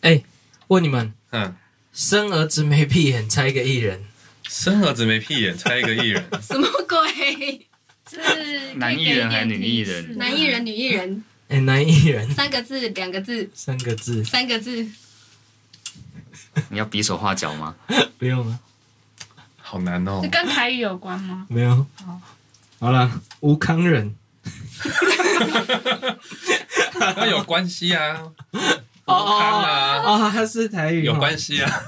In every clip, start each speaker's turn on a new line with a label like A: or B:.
A: 哎，问你们，
B: 嗯，
A: 生儿子没屁眼，猜一个艺人。
B: 生儿子没屁眼，猜一个艺人，
C: 什么鬼？
D: 就是
E: 男艺人还是女艺人
C: 男艺人、女艺人，
A: 哎，男艺人
C: 三个字、两个字、
A: 三个字，
C: 三个字，
E: 你要比手画脚吗？
A: 不用了，
B: 好难哦
D: 是。跟台语有关吗？
A: 没有。好了，吴康仁。
B: 那有关系 啊，
A: 哦
B: 康
A: 哦
B: 啊，
A: 哦，他是台语。
B: 有关
A: 系。
B: 系啊。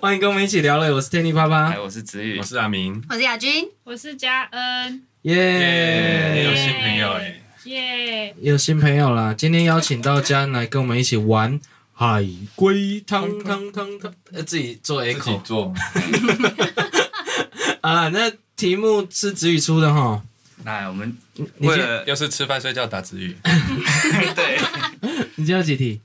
A: 欢迎跟我们一起聊了，我是天 y 爸
E: 哎，
A: 爸，
E: 我是子
B: 啊
E: 宇
B: 我，是阿明，
C: 我是亚军。
D: 我是嘉恩，
B: 耶，有
A: 耶。
B: 新朋友哎，
D: 耶！
A: 有新朋友啦，今天邀请到家人来跟我们一起玩海龟汤汤汤汤，呃，自己做
B: 自己
A: echo
B: 做，
A: 啊。那题目是子宇出的哈，
E: 那我们
A: 你你
E: 为
A: 今
E: 了
B: 又是吃饭睡觉打子语，
E: 对，
A: 你今天有几题？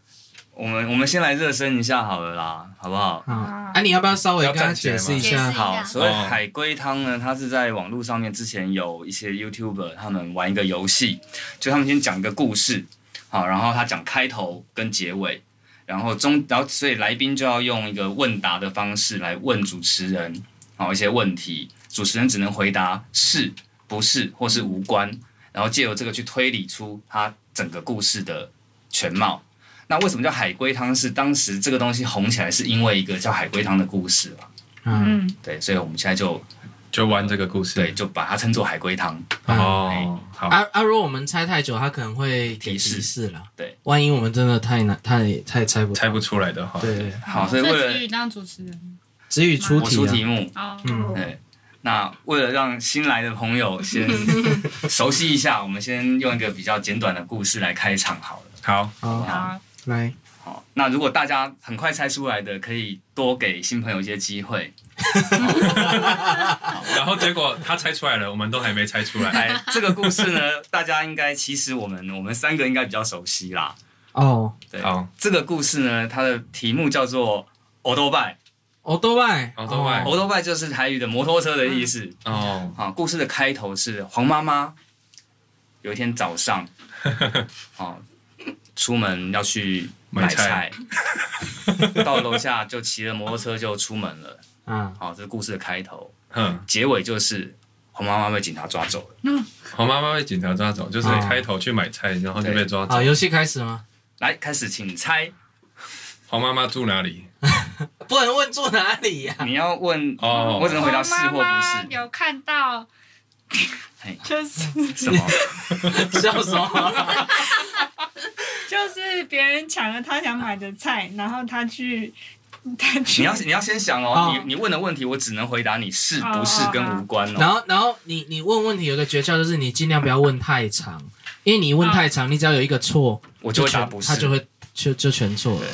E: 我们我们先来热身一下好了啦，好不好？
A: 好，
D: 啊
A: 啊，你要不要稍微跟他
B: 要站起来
A: 解
B: 吗
A: 释一
C: 解
A: 下
C: 释？
E: 好，
C: 呀
E: 所谓
B: 哦
E: 海龟汤呢，它是在网络上面之前有一些 YouTuber 他们玩一个游戏，就他们先讲一个故事，好，然后他讲开头跟结尾，然后中，然后所以来宾就要用一个问答的方式来问主持人，好一些问题，主持人只能回答是不是或是无关，然后借由这个去推理出他整个故事的全貌。那为什么叫海龟汤？是当时这个东西红起来，是因为一个叫海龟汤的故事嘛？
A: 嗯，
D: 嗯，
E: 对，所以我们现在就
B: 就玩这个故事。
E: 对，，就把它称作海龟汤。
B: 哦，好，
A: 啊啊，如果我们猜太久，他可能会给
E: 提示
A: 提示啦。
E: 对，
A: 万一我们真的太难、太太猜不到
B: 猜不。出来的话，
A: 对，对，对
E: 好，所
D: 嗯所
E: 以
D: 以
E: 为
D: 子
E: 了
D: 宇当主持人
A: 子宇出
E: 我出
A: 题啊
E: 题目，
D: 哦，
A: 嗯
E: 对，那为了让新来的朋友先熟悉一下，我们先用一个比较简短的故事来开场好了。
B: 好，
A: 啊，好，
D: 好，
A: 来，
E: 好，那如果大家很快猜出来的，可以多给新朋友一些机会。
B: 然后结果他猜出来了，我们都还没猜出来。
E: 哎，这个故事呢，大家应该其实我们我们三个应该比较熟悉啦。
A: 哦，
E: 对，
B: 好，
E: 这个故事呢，它的题目叫做“欧多拜
A: 欧多拜，哦
B: 欧多拜”，
E: 欧多拜就是台语的摩托车的意思。
B: 哦，
E: 啊，故事的开头是黄妈妈有一天早 上，啊，出门要去买菜，到楼下就骑了摩托车就出门了。
A: 啊，
E: 好、这是故事的开头，
B: 哼，
E: 结尾就是黄妈妈被警察抓走了。
B: 黄妈妈被警察抓走，就是
A: 哦
B: 开头去买菜，然后就被抓走
A: 好，。游戏开始吗？
E: 来，开始，请猜，
B: 黄妈妈住哪里？
A: 不能问住哪里 呀？
E: 你要问，
B: 哦
E: 我只能回答是
D: 妈
E: 或
D: 妈
E: 不
D: 有看到
E: 嘿，
D: 就是
E: 是，什么？
A: 笑什么？
D: 就是别人抢了他想买的菜，然后他去，他去，
E: 你要你要先想
A: 哦
E: 哦，你你问的问题，我只能回答你是不是跟无关哦。
A: 然后，然后你你问问题有个诀窍，就是你尽量不要问太长，因为你一问太长，你只要有一个错，
E: 我就会答
A: 全
E: 不
A: 他
E: 是，
A: 就会就就全错了。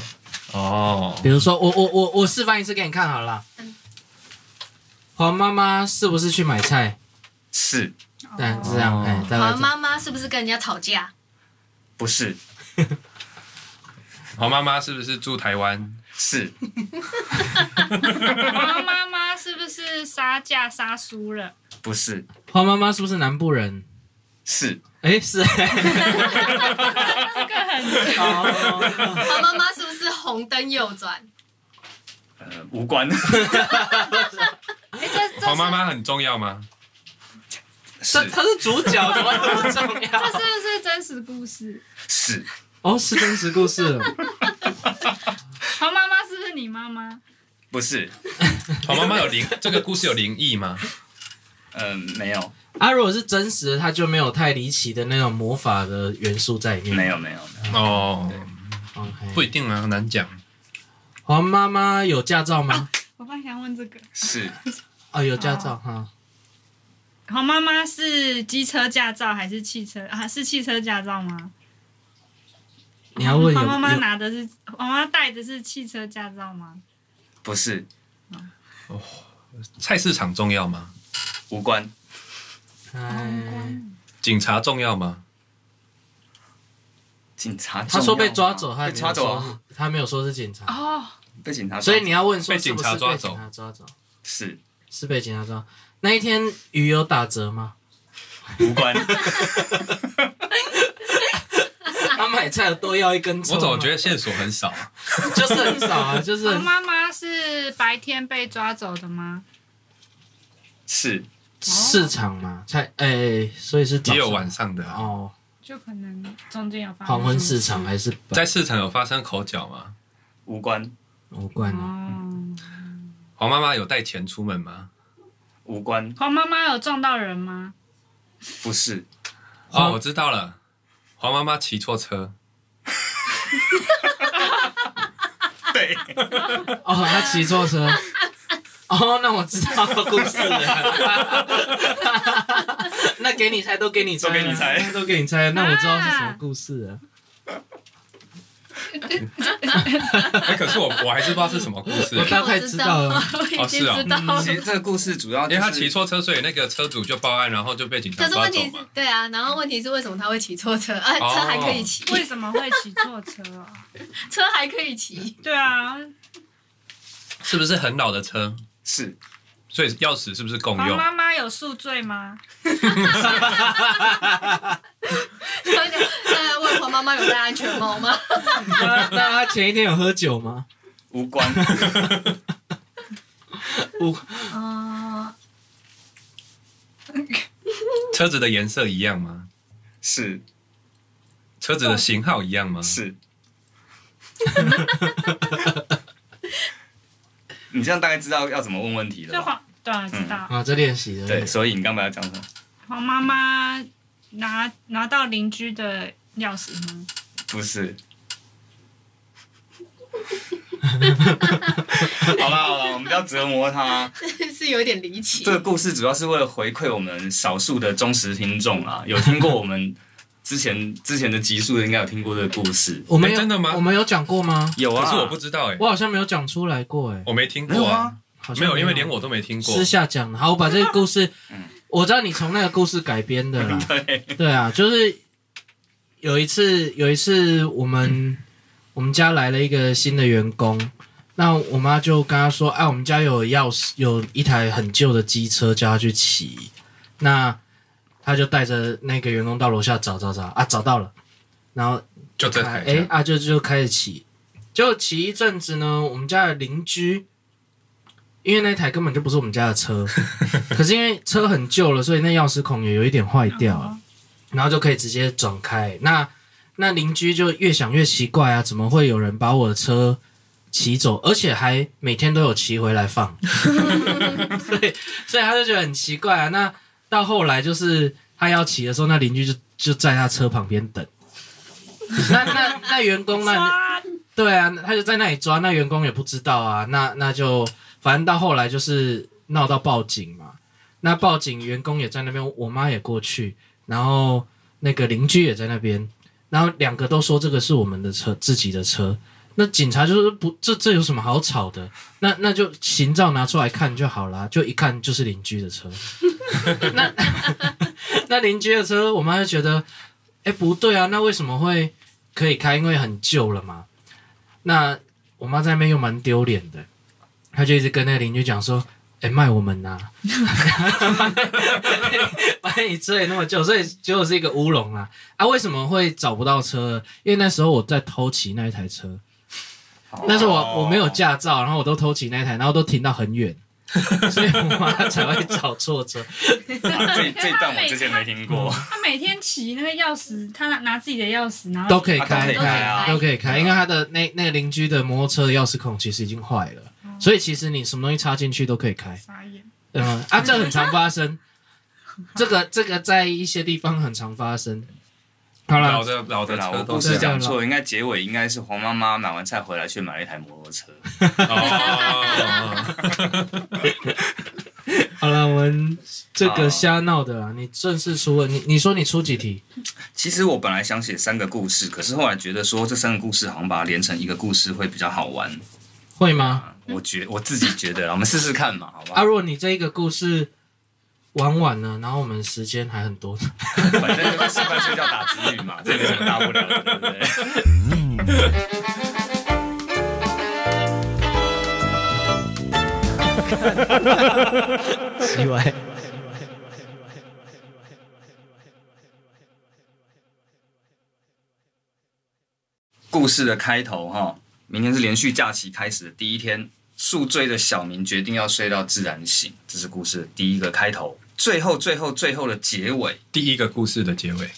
B: 哦，
A: 比如说，我我我我示范一次给你看好了
C: 嗯。
A: 黄妈妈是不是去买菜？
E: 是
A: 对，是这样，
B: 哦
A: 哎，大概
C: 好，
A: 这样
C: 妈妈是不是跟人家吵架？
E: 不是
B: 黄妈妈是不是住台湾？
E: 是
D: 然后妈妈是不是杀价杀输了？
E: 不是
A: 黄妈妈是不是南部人？
E: 是
A: 哎，是，
D: 这个很
A: 哦
C: 好，妈妈是不是红灯右转？
E: 呃无 关，
D: 哎，这这
B: 黄妈
D: 是
B: 妈很重要吗？
A: 这
E: 是
A: 他是主 角，怎么那么重
D: 这
A: 要？
D: 是不是真实故事？
E: 是
A: 哦，是真实故事了。
D: 黄妈妈是不是你妈妈？
E: 不是？
B: 黄妈妈有灵，这个故事有灵异吗？
E: 呃，没有
A: 啊，如果是真实的，它就没有太离奇的那种魔法的元素在里面。
E: 没有没有没有，
B: 哦，
A: OK
B: 不一定啊，很难讲。
A: 黄妈妈有驾照吗？
D: 我爸想问这个。
E: 是
A: 啊，有驾照
D: 嗯
A: 哈。
D: 黄妈妈是机车驾照还是汽车啊？是汽车驾照吗？
A: 你要问有
D: 黄妈妈
A: 有
D: 拿的是，黄妈妈带的是汽车驾照吗？
E: 不是
B: 菜市场重要吗？
E: 无关？
A: 哎，
B: 警察重要吗？
E: 警察
A: 他说被抓走，
E: 重要
A: 他
E: 吗被抓走啊，
A: 啊，他没有说是警察，
D: 哦，
E: 被警察抓走，
A: 所以你要问说
B: 被
A: 是
B: 警
A: 不
B: 察
A: 是
B: 抓
A: 被
B: 走
A: 警察抓走？
E: 是
A: 是被警察抓。那一天鱼有打折吗？
E: 无关，
A: 他买菜都要一根葱啊，
B: 我总觉得线索很少啊，
A: 得就是很少啊，就是
D: 黄
A: 很
D: 妈妈是白天被抓走的吗？
E: 是
A: 市场嘛，菜哎、所以是早
B: 也
A: 上
B: 有晚上的啊。
A: 哦，
D: 就可能中间有发生
A: 黄昏市
D: 什
A: 场
D: 么
A: 还是白
B: 在市场有发生口角吗？
E: 无关
A: 无关
D: 事
A: 啊
D: 哦。
B: 黄妈妈有带钱出门吗？
E: 无关，
D: 黄妈妈有撞到人吗？
E: 不是
A: 黄
B: 哦，我知道了，黄妈妈骑错车，
E: 对，
A: 哦，他骑错车。哦，那我知道故事 了。那给你猜，都给你猜啊，
E: 都给你猜
A: 都给你猜。那我知道是什么故事了。
B: 哎、可是我我还是不知道是什么故事
A: 我，
C: 道
A: 大概知道了。
C: 我已经
B: 是哦
C: 知道了
E: 其。实这个故事主
B: 因
E: 要就
B: 为
E: 是
B: 他骑错车，所以那个车主就报案，然后就被警察
C: 可是
B: 抓
C: 问
B: 走
C: 题是
B: 嘛。，
C: 对啊，然后问题是为什么他会骑错车？啊，
B: 哦
C: 车还可以骑，
D: 为什么会骑错车哦？
C: 车还可以骑，
D: 对啊，
B: 是不是很老的车？
E: 是
B: 所以钥匙是不是共
D: 黄
B: 用？
D: 妈妈有宿醉吗？
C: 他就呃问黄妈妈有戴安全帽吗？
A: 那那他前一天有喝酒吗？
E: 无关，
C: 哦，
B: 车子的颜色一样吗？
E: 是
B: 车子的型号一样吗？
E: 是。 你这样大概知道要怎么问问题了
D: 就
E: 吧？
D: 黄对啊，知道。
A: 啊，这练习的。
E: 对，所以你刚才要讲什么？
D: 黄妈妈拿拿到邻居的钥匙吗？
E: 不是。好了好了，我们不要折磨他。 啊
C: 是有点离奇
E: 这。个故事主要是为了回馈我们少数的忠实听众啊，有听过我们之前之前的集数的，应该有听过这个故事。
A: 我们有
B: 哎真的吗
A: 我们有讲过吗？
E: 有啊，
B: 可是我不知道哎、
A: 我好像没有讲出来过，哎，
B: 我没听
E: 没有
B: 过
E: 啊
B: 啊，
A: 好像
B: 没有，因为连我都没听过。
A: 私下讲的。好，我把这个故事
E: 嗯，
A: 我知道你从那个故事改编的 啦。
E: 对，
A: 对啊，就是有一次，有一次我们我们家来了一个新的员工，那我妈就跟他说：“啊，我们家有钥匙，有一台很旧的机车，叫他去骑。”那他就带着那个员工到楼下找找找啊，找到了，然后
B: 就这
A: 哎
B: 台、
A: 诶
B: 车，
A: 啊，就就开始骑，就骑一阵子呢，我们家的邻居。因为那台根本就不是我们家的 车，可是因为车很旧了，所以那钥匙孔也有一点坏掉了。
D: 哦
A: 然后就可以直接转开。那那邻居就越想越奇怪啊，怎么会有人把我的车骑走，而且还每天都有骑回来放？ 所以所以他就觉得很奇怪啊。那到后来就是他要骑的时候，那邻居就就在他车旁边等。那那那员工那
D: 抓
A: 对啊，他就在那里抓，那员工也不知道啊，那那就反正到后来就是闹到报警嘛，那报警员工也在那边，我妈也过去，然后那个邻居也在那边，然后两个都说这个是我们的车，自己的车。那警察就说不，这这有什么好吵的？那那就行照拿出来看就好啦，就一看就是邻居的车。 那 那邻居的车，我妈就觉得，哎、不对啊，那为什么会可以开？因为很旧了嘛。那我妈在那边又蛮丢脸的，她就一直跟那个邻居讲说：“哎、卖我们呐、 把你车也那么旧，所以结果是一个乌龙啦。啊，为什么会找不到车？因为那时候我在偷骑那一台车，那时候
E: 哦
A: 我我没有驾照，然后我都偷骑那一台，然后都停到很 远，所以我妈才会找错车。
E: 啊这这一段我之前没听过，
D: 她每天骑那个钥匙，她拿拿自己的钥匙，然后
A: 都可以
E: 啊都可
A: 开，
E: 以开啊
A: 都可以开，因为他的那那个邻居的摩托车的钥匙孔其实已经坏了，所以其实你什么东西插进去都可以开。
D: 傻眼。
A: 嗯啊，这很常发生，这个这个在一些地方很常发生。好
B: 老
A: 了，
B: 的老的
E: 对啦，
B: 车
E: 我
B: 都
E: 故
B: 是
E: 事
B: 这样。
E: 讲错，应该结尾应该是黄妈妈买完菜回来去买了一台摩托车。
B: 哦，
A: 好了，我们这
E: 好
A: 个瞎闹的啦。你正式出问，你你说你出几题？
E: 其实我本来想写三个故事，可是后来觉得说这三个故事好像把它连成一个故事会比较好玩。
A: 会吗？
E: 啊我觉我自己觉得啦，我们试试看嘛，好
A: 啊，
E: 吧？
A: 如果你这一个故事玩完了，然后我们时间还很多，
E: 反正就是吃饭睡觉打子语嘛，这没什么大不了的，对不对？
A: 奇怪。
E: 故事的开头哈，明天是连续假期开始的第一天，宿醉的小明决定要睡到自然醒，这是故事的第一个开头。最后，最后，最后的结尾，
B: 第一个故事的结尾，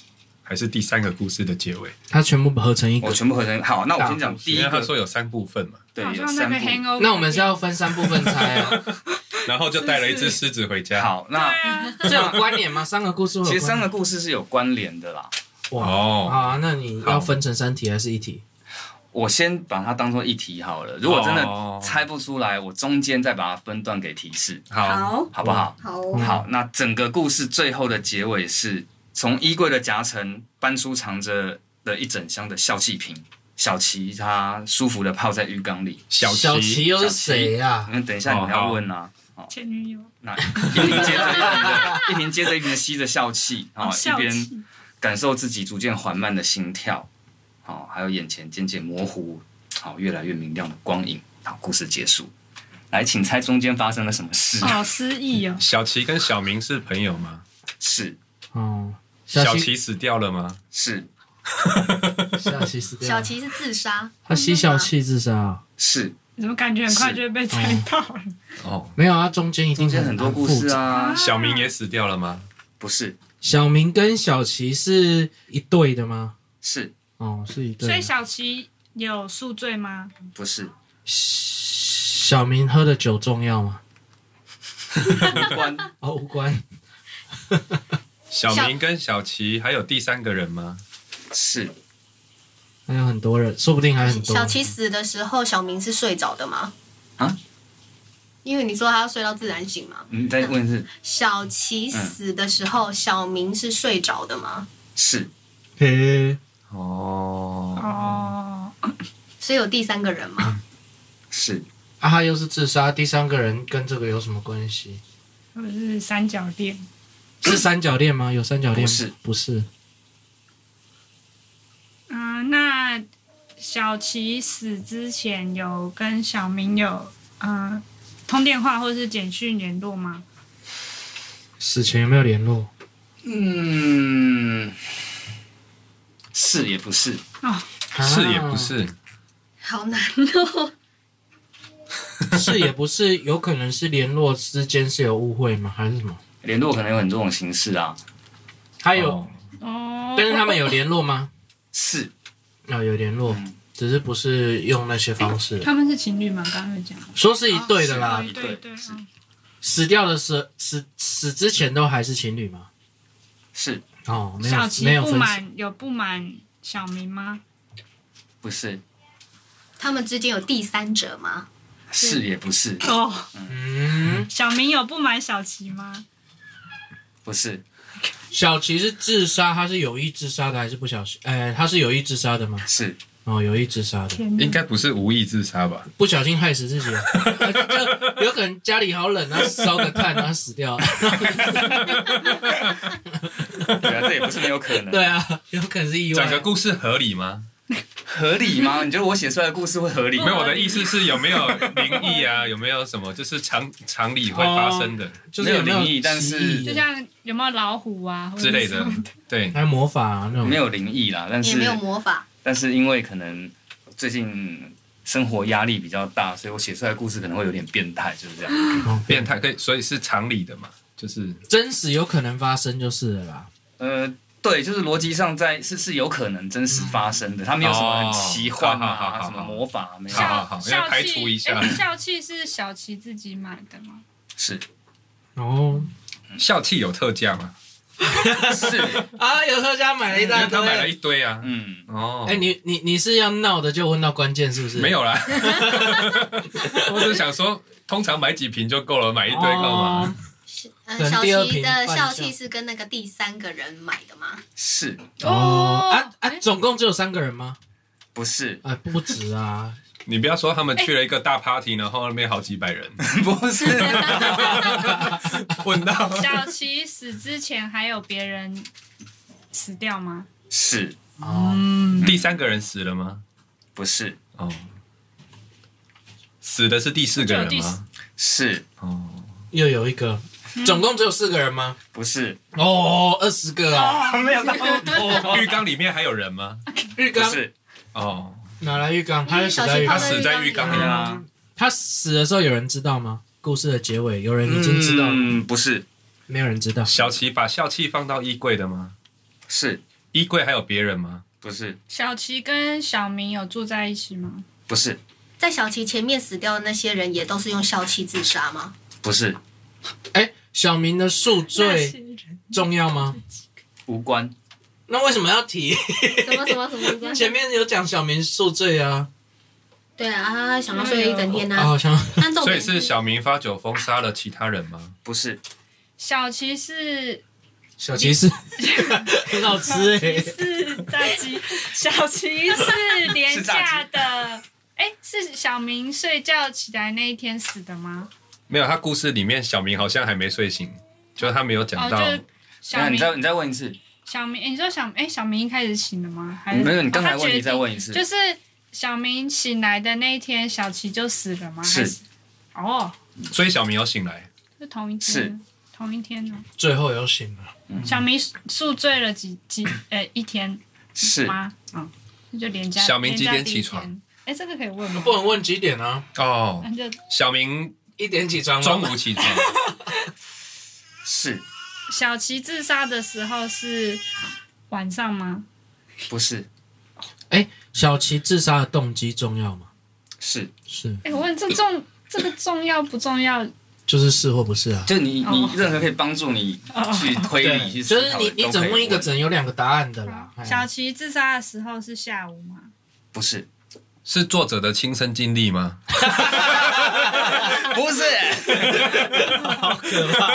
B: 还是第三个故事的结尾？
A: 它全部合成一
E: 我
A: 个。
E: 全部合成。好，那我先讲第
B: 因
E: 一
B: 为他
E: 个，
B: 说有三部分嘛，
E: 对，
D: 好
E: 有
D: 像那
E: 三
D: 个
E: 部。
D: hangover。
A: 那我们是要分三部分拆啊，
B: 然后就带了一只狮子回家。
E: 好，
D: 对
E: 那
D: 啊，
A: 这有关联吗？三个故事会有
E: 其实三
A: 关
E: 个故事是有关联的啦。
A: 联哇好
B: 哦，
A: 啊，那你要分成三题还是一题？
E: 我先把它当做一题好了，如果真的
B: 哦
E: 猜不出来，我中间再把它分段给提示，
B: 好，
E: 好不好？
C: 好
A: 嗯
E: 好，那整个故事最后的结尾是从衣柜的夹层搬出藏着的一整箱的笑气瓶，小琪她舒服的泡在浴缸里。
B: 小
A: 小
B: 琪
A: 琪又是谁啊呀？
E: 那等一下
A: 哦
E: 你们要问啊，
D: 前女友
E: 那一瓶接着一瓶 的，一瓶接着一瓶的吸着笑气
D: 好
E: 啊，一
D: 哦笑
E: 边
D: 气，
E: 感受自己逐渐缓慢的心跳，好、还有眼前渐渐模糊，好、越来越明亮的光影。好，故事结束。来，请猜中间发生了什么事？
D: 好失忆哦。
B: 小琪跟小明是朋友吗？
E: 是
A: 哦，
B: 小
A: 琪，
B: 琪死掉了吗？
E: 是
A: 哦小琪死掉
C: 小
A: 了，
C: 琪是自杀，
A: 他吸小气自杀啊。
E: 是，
D: 怎么感觉很快就会被猜到了？
B: 哦，
A: 没有啊，中间一定
E: 中间很多故事
A: 很复杂。
E: 啊，
B: 小明也死掉了吗？
E: 不是
A: 小明跟小琪是一对的吗？
E: 是
A: 哦，是一对
D: 所
A: 的。
D: 以小琪有宿醉吗？
E: 不是
A: 小明喝的酒重要吗？
E: 无关
A: 哦，无关。
B: 小明跟小琪还有第三个人吗？
E: 是
A: 还有很多人，说不定还很多。
C: 小琪死的时候，小明是睡着的吗？
E: 啊？
C: 因为你说他要睡到自然醒嘛。
E: 你再问是
C: 小琪死的时候，小明是睡着的吗？
E: 是
A: 嘿，
B: 哦，
D: 哦，
C: 所以有第三个人吗？
E: 是
A: 啊，他又是自杀，第三个人跟这个有什么关系？
D: 或者是三角恋？
A: 是三角恋吗？有三角恋吗？
E: 不是，
A: 不是。
D: 嗯、那小琪死之前有跟小明有嗯、呃通电话或是简讯联络吗？
A: 死前有没有联络？
E: 嗯是也不是
B: 是也不是，
C: 好难哦。
A: 啊？是也不是，有可能是联络之间是有误会吗？还是什么？
E: 联络可能有很多种形式啊
A: 他有，
B: 哦
D: 哦，
A: 但是他们有联络吗？
E: 是
A: 啊、有联络
E: 嗯，
A: 只是不是用那些方式。
D: 哦他们是情侣吗？刚刚有讲。
A: 说是一对的
E: 哦
A: 啦
E: 是，
D: 对对对，
E: 是
D: 嗯
A: 死掉的时死死之前都还是情侣吗？
E: 是
A: 哦，没有
D: 小琪
A: 没有
D: 不
A: 分手，
D: 满有不满小明吗？
E: 不是
C: 他们之间有第三者吗？
E: 是也不是
D: 哦，
A: 嗯，
D: 小明有不满小琪吗？
E: 不是
A: 小琪是自杀，他是有意自杀的还是不小心？哎、他是有意自杀的吗？
E: 是
A: 哦，有意自杀的，
D: 天哪
B: 应该不是无意自杀吧？
A: 不小心害死自己， 就有可能家里好冷，然后烧个炭，然后死 掉。
E: 对啊，这也不是没有可能。
A: 对，啊，有可能是意外。
B: 整个故事合理吗？
E: 合理吗？你觉得我写出来的故事会合理
B: 没有，我的意思是有没有灵异啊？有没有什么就是常常理会发生的
A: 就是有
E: 没有灵异但是
A: 奇异
D: 就像有没有老虎啊
B: 之类的？对，
A: 还有魔法、啊、那种，
E: 没有灵异啦，但
C: 也
E: 是
C: 没有魔法，
E: 但是因为可能最近生活压力比较大，所以我写出来的故事可能会有点变态，就是这样。
A: 哦
B: 变态可以，所以是常理的嘛？就是
A: 真实有可能发生就是了啦。
E: 呃，对，就是逻辑上在是是有可能真实发生的，它没有什么很奇幻
B: 哦好好
E: 啊，
B: 好
E: 什么魔法、啊、没有
B: 好，好好要
D: 校
B: 排
D: 气
B: 除一下
D: 哎校气是小琪自己买的吗？
E: 是
A: 哦
B: 笑气有特价嘛？
E: 是，
A: 啊，有特价买了一
B: 因
A: 大
B: 为
A: 堆
B: 他。买了一堆啊。
E: 嗯，
B: 哦，
A: 哎、你你你是要闹的就问到关键是不是？
B: 没有 啦，我就想说，通常买几瓶就够了，买一堆干
A: 哦
B: 嘛？
C: 是呃
A: 可能
C: 小
A: 第二
C: 琪
A: 瓶
C: 的
A: 半
C: 笑
A: 价
C: 气是跟那个第三个人买的吗？
E: 是
A: 哦啊啊
D: 哎！
A: 总共只有三个人吗？
E: 不是
A: 啊，不止啊！
B: 你不要说他们去了一个大 party，然后那边好几百 人，
E: 不是
B: 混到
D: 小琪死之前还有别人死掉吗？
E: 是
A: 哦，
B: 第三个人死了吗？
E: 不是
B: 哦，死的是第四个人吗？
E: 是
B: 哦，
A: 又有一个，总共只有四个人吗？
E: 不是
A: 嗯哦，二
C: 啊
A: 十个哦，
E: 没有那么多，
B: 浴缸里面还有人吗？
A: 浴
E: 不
A: 缸嗯
E: 是
B: 哦，
A: 哪来浴缸？他是死在浴
B: 他
A: 缸。
B: 死在浴缸
E: 对
B: 里，
E: 啊，
A: 他死的时候有人知道吗？故事的结尾有人已经知道，
E: 嗯，不是，
A: 没有人知道。
B: 小琪把笑气放到衣柜的吗？
E: 是
B: 衣柜还有别人吗？
E: 不是
D: 小琪跟小明有住在一起吗？
E: 不是
C: 在小琪前面死掉的那些人，也都是用笑气自杀吗？
E: 不是
A: 哎，小明的宿
D: 那
A: 醉
D: 些人
A: 重要吗？
E: 无关，
A: 那为什么要提？
C: 什么什么什么关系？
A: 前面有讲小明宿醉啊。
C: 对啊，他想要睡一整天呐、啊。
A: 哦，想
C: 但重
B: 所
C: 点
B: 以是小明发酒疯杀了其他人吗？
E: 不是
D: 小琪是
A: 小骑士 很好吃
D: 小
A: 哎
D: 琪。是炸鸡，小琪是廉价的。哎，是小明睡觉起来那一天死的吗？
B: 没有，他故事里面小明好像还没睡醒，就是他没有讲
D: 哦，
B: 到
D: 就是
E: 那
D: 小
E: 你
D: 明，
E: 再你再问一次，
D: 小明，诶你说小哎，小明一开始醒了吗？还是
E: 没有，你刚才
D: 哦他
E: 问
D: 决
E: 题
D: 定
E: 再问一次，
D: 就是小明醒来的那一天，小琪就死了吗？还
E: 是
D: 哦，
B: 所以小明有醒来，
D: 是同一天，
E: 是嗯
D: 同一天呢。
A: 最后有醒了，
D: 小明宿宿醉了几 几呃一天
E: 是
D: 吗？嗯，那就连假。
B: 小明几点
D: 连假第一
B: 起床
D: 天？哎，这个可以问吗？
A: 不能问几点啊？
B: 哦
D: 那，就
B: 小明
A: 一点啊起床吗
B: 中午起床，
E: 是
D: 小琪自杀的时候是晚上吗？
E: 不是
A: 哎小琪自杀的动机重要吗？
E: 是
A: 是，
D: 哎，我问这 重这个重要不重要？
A: 就是是或不是啊？
E: 就你你
D: 哦
E: 任何可以帮助你去推理去
A: 就
E: 思
A: 是
E: 考
A: 你
E: 的，
A: 你
E: 都
A: 只
E: 可
A: 能
E: 以
A: 问一个，只能有两个答案的啦。哎
D: 嗯小琪自杀的时候是下午吗？
E: 不是
B: 是作者的亲身经历吗？
E: 不是，
A: 好可怕，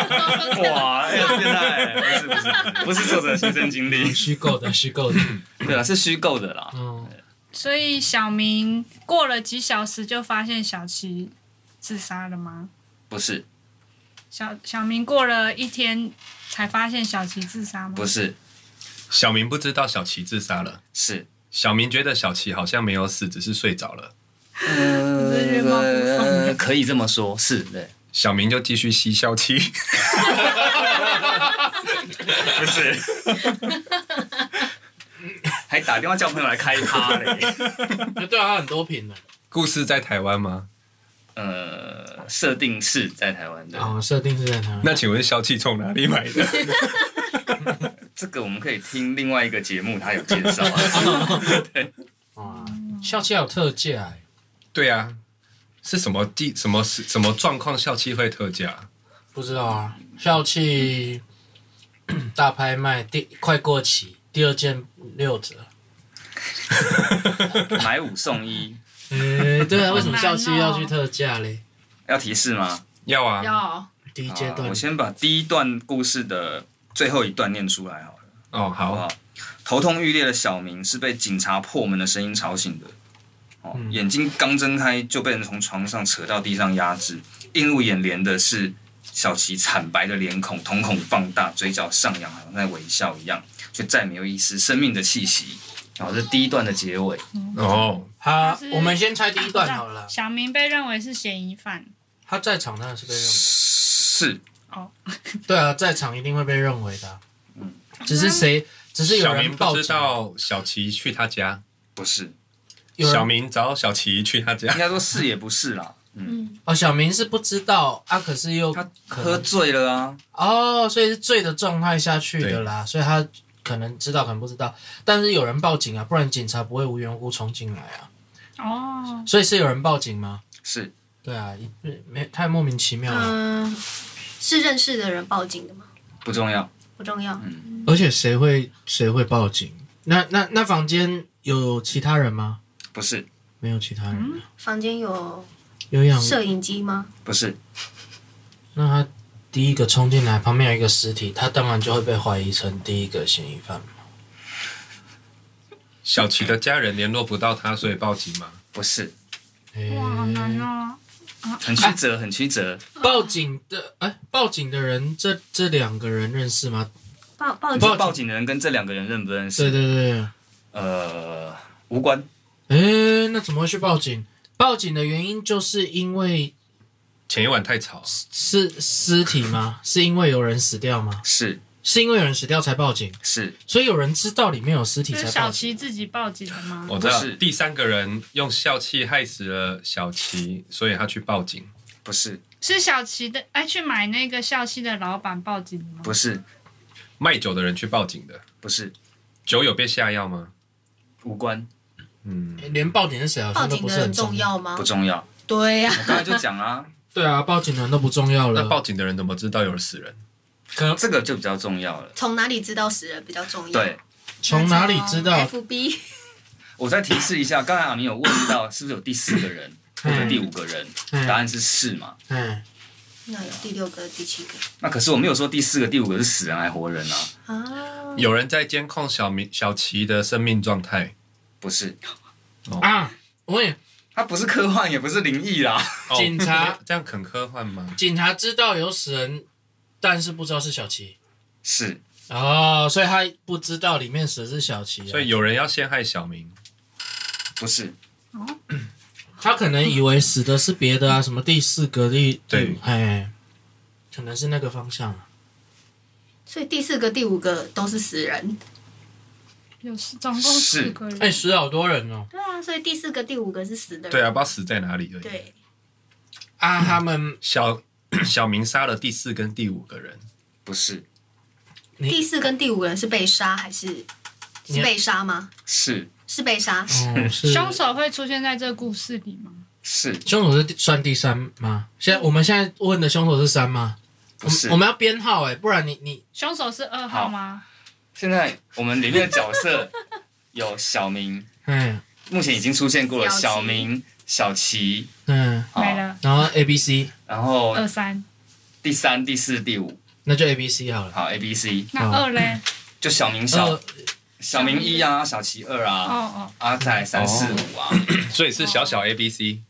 E: 哇，哎呀，变态，不是不是不是作者的亲身经历，
A: 虚构的，虚构的。
E: 对啊了，是虚构的啦，
A: 嗯，
D: 所以小明过了几小时就发现小琪自杀了吗？
E: 不是
D: 小小明过了一天才发现小琪自杀吗？
E: 不是
B: 小明不知道小琪自杀了，
E: 是，
B: 小明觉得小琪好像没有死，只是睡着了，
D: 是冤枉不送
E: 呃
D: 人
E: 可以这么说，是对，
B: 小明就继续吸笑气。
E: 不是， 还打电话叫朋友来开趴嘞，
A: 对啊，他很多瓶的。
B: 故事在台湾吗？
E: 呃，设定是在台湾的，
A: 哦，设定是在他
B: 那请问笑气从哪里买的？
E: 这个我们可以听另外一个节目，他有介绍，啊
A: 哇，笑气还有特价欸，
B: 对啊，是什么地什么什么状况笑气会特价？
A: 不知道啊。笑气 大拍卖第快过期，第二件六折。
E: 买五送一，
A: 诶，对啊，为什么
D: 好难
A: 校期要
D: 哦
A: 去特价嘞？
E: 要提示吗？
B: 要啊，
C: 要
A: 第一
E: 好
A: 阶
E: 啊
A: 段
E: 我，先把第一段故事的最后一段念出来好了，
B: 哦
E: 好不
B: 好，
E: 好？头痛欲裂的小明是被警察破门的声音吵醒的，哦，
A: 嗯
E: 眼睛刚睁开就被人从床上扯到地上压制，映入眼帘的是小琪惨白的脸孔，瞳孔放大，嘴角上扬，好像在微笑一样，却再没有一丝生命的气息。然后这是第一段的结尾，
B: 哦，
A: 好
D: 就是，哦
A: 我们先猜第一段好了啦。
D: 小明被认为是嫌疑犯，
A: 他在场当然是被认为，
E: 是
A: 对啊，在场一定会被认为的啊。
E: 嗯
A: 只是谁，只是有
B: 小
A: 人
B: 明
A: 报
B: 不
A: 警
B: 知，道小琪去他家，
E: 不是？
A: 有人
B: 小明找小琪去他
E: 应
B: 家，
E: 该说是也不是啦，嗯，
A: 哦，小明是不知道啊，可是又
E: 他
A: 可
E: 喝
A: 能
E: 醉了啊，
A: 哦，所以是醉的状态下去的啦，所以他可能知道，可能不知道，但是有人报警啊，不然警察不会无缘无故冲进来啊，
D: 哦，
A: 所以是有人报警吗？
E: 是
A: 对啊，一没太莫名其妙了，
C: 嗯、是认识的人报警的吗？
E: 不重要，
C: 不重要，
A: 而且谁会谁会报警？那那那房间有其他人吗？
E: 不是，
A: 没有其他人
D: 嗯
A: 啊，
C: 房间有
A: 有养
C: 摄影机吗？
E: 不是，
A: 那他第一个冲进来，旁边有一个尸体，他当然就会被怀疑成第一个嫌疑犯嘛。
B: 小琪的家人联络不到他，所以报警吗？
E: 不是，
A: 诶
D: 哇，好难
E: 嗯
D: 哦。
E: 很曲折，很曲折。
A: 报警的哎，报警的人这这两个人认识吗？
C: 报报
E: 你
C: 警
E: 说报警的人跟这两个人认不认
A: 对
E: 识？
A: 对对，
E: 呃，无关，
A: 哎，那怎么会去报警？报警的原因就是因为
B: 前一晚太吵，
A: 是尸体吗？是因为有人死掉吗？
E: 是
A: 是因为有人死掉才报警，
E: 是
A: 所以有人知道里面有尸体
D: 是
A: 才
D: 小
A: 报警。
D: 琪自己报警的吗？
B: 我知道
E: 不是
B: 第三个人用笑气害死了小琪，所以他去报警。
E: 不是
D: 是小琪的，哎，去买那个校期的老板报警的吗？
E: 不是
B: 卖酒的人去报警的，
E: 不是
B: 酒有被下药吗？
E: 无关
B: 嗯，
A: 连报警是谁好
C: 报
A: 像都
C: 警
A: 不
C: 的
A: 是很
C: 人重
A: 要。
C: 要吗
E: 不？重要。
C: 对呀、
E: 我刚才就讲啦、
A: 对啊，报警的人都不重要
B: 那
A: 了。
B: 报警的人怎么知道有死人？
A: 可能
E: 这个就比较重要了。
C: 从哪里知道死人比较重要？
E: 对，
A: 从哪里知道？
C: ，FB
E: 我再提示一下，刚才阿明有问到是不是有第四个人或
A: 哎
E: 者第五个人，
A: 嗯
E: 答案是是嘛？
A: 嗯，
C: 那有第六个、第七个
E: 那可是我没有说第四个、第五个是死人还活人啊，
C: 啊？
B: 有人在监控小明、小琪的生命状态。
E: 不是，
A: 啊，我也
E: 它不是科幻也不是灵异啦，
B: 哦
A: 警察
B: 这样很科幻吗？
A: 警察知道有死人，但是不知道是小琪。
E: 是
A: 哦，所以他不知道里面死的是小琪、啊，
B: 所以有人要陷害小明，
E: 不是？
A: 他可能以为死的是别的啊，什么第四个第
B: 对
A: 第哎，可能是那个方向啊。
C: 所以第四个、第五个都是死人。
D: 有四，总共四个人。
A: 哎，死好多人哦
C: 对啊，所以第四个、第五个是死的人。
B: 对啊，不知道死在哪里而已。
C: 对，
A: 啊，他们
B: 小 小明杀了第四跟第五个人，
E: 不是，
A: 你
C: 第四跟第五个人是被杀还是
A: 你
C: 是被杀吗？
E: 是
C: 是被杀。
B: 嗯
A: 哦是
D: 凶手会出现在这故事里吗？
E: 是
A: 凶手是第算第三吗？现在我们现在问的凶手是三吗？
E: 不是
A: 我？们要编号哎，不然你你
D: 凶手是二号吗？
E: 现在我们里面的角色有小明，
B: 嗯
A: 哎
E: 目前已经出现过了，
C: 小
E: 小
C: 琪
E: 明、小琪，
A: 嗯，
E: 好
D: 没，了，
A: 然后 A B C，
E: 然后
D: 二三。
E: 第三、第四、第五，
A: 那就 A B C 好了。
E: 好，A、B、C，
D: 那二嘞？
E: 就小明
A: 呃
E: 小，小明一啊，小琪二
D: 哦
E: 啊，
D: 哦，
E: 啊，再来三四五啊，
B: 所以是小小 A B C，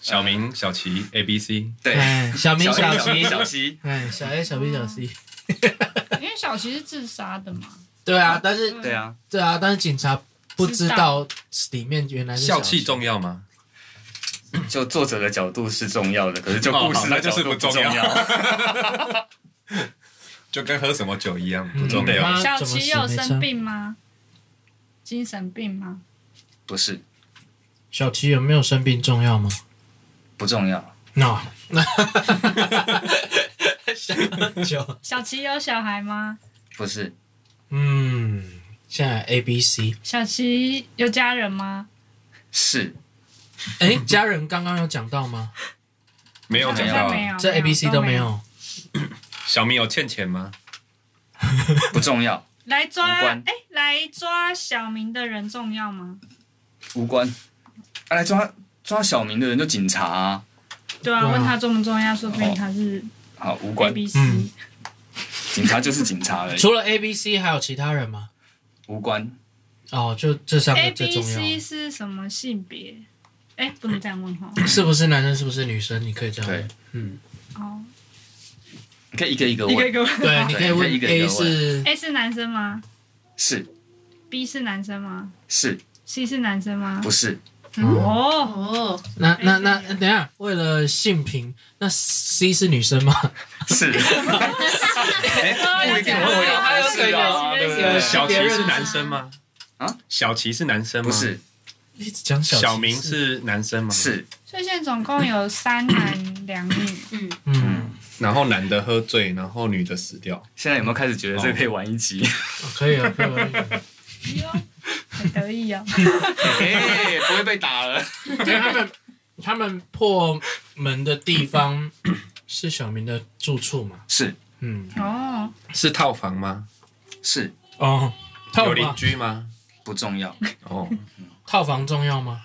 B: 小明、小琪 A B C。
E: 对，
A: 哎，小明
E: 小
A: 小
E: 明
A: 琪，
E: 小琪，
A: 哎，小 A 小 B 小 C，
D: 因为小琪是自杀的嘛。
A: 对啊，但是
E: 对啊，
A: 对啊，但是警察不知
D: 知
A: 道里面原来是
B: 笑
A: 琪
B: 气重要吗？
E: 就作者的角度是重要的，可是就故事的角度重
B: 哦好那就是
E: 要。
B: 就跟喝什么酒一样，不
A: 嗯
B: 重要。
A: 啊
D: 小
A: 怎么
D: 琪
A: 死
D: 有
A: 没
D: 生
A: 差
D: 病吗？精神病吗？
E: 不是
A: 小琪有没有生病重要吗？
E: 不重要，
A: 那 想很久，
D: 小琪有小孩吗？
E: 不是
A: 嗯，现在 A B C，
D: 小琪有家人吗？
E: 是
A: 哎，诶家人刚刚有讲到吗？
B: 没有
D: 好
B: 讲
E: 没有
B: 到
D: 像
B: 啊
D: 没有，
A: 这 A B C 都没。有，
B: 小明有欠钱吗？
E: 不重要，
D: 来抓
E: 无关
D: 哎，来抓小明的人重要吗？
E: 无关。啊、来抓抓小明的人就警察啊，
A: 对
D: 对啊，
A: 啊
D: 问他重不重要，说不定他是
E: 好无
D: A
E: 关，
D: B C。
A: 嗯
E: 警察就是警察而已，
A: 除了 A B C 还有其他人吗？
E: 无关。
A: 哦，就这三
D: A
A: 个最
D: B
A: 重
D: C
A: 要，
D: 是什么性别？哎，不能这样问哈。
A: 是不是男生是不是女生？你可以这样
E: 对
A: 问，，嗯，
D: 哦，
E: 你可以一个一个
D: 一
E: 问，
D: 个一个问。
A: 对，你可以问
E: 一个一个
A: A
E: 问
A: 是
D: A 是男生吗
E: 是
D: ？B 是男生吗
E: 是
D: ？C 是男生吗
E: 不？是？
A: 哦，
D: 哦，
C: 哦，
A: 那那那
D: A 是
A: 等一下，为了性平，那 C 是女生吗？
E: 是，哎不一定会有他是啊，对不对？
B: 小琪是男生吗？
E: 啊，
B: 小琪是男生吗？
E: 不是
A: 一直讲小
B: 小
A: 琪
B: 明，是男生吗？。
E: 是
D: 所以现在总共有三男两女。
C: 嗯，
A: 嗯，
B: 然后男的喝醉，然后女的死掉。
E: 现在有没有开始觉得这个可以玩一集？
A: 哦可以啊，可以啊可以啊。
D: 哟，哎很得意哦。
E: 哎，不会被打了。
A: 对他们他们破门的地方 是小明的住处嘛？
E: 是
A: 嗯，
D: 哦，
B: 是套房吗？
E: 是
A: 哦，套
B: 有邻
A: 房
B: 居吗？
E: 不重要，
B: 哦，
A: 套房重要吗？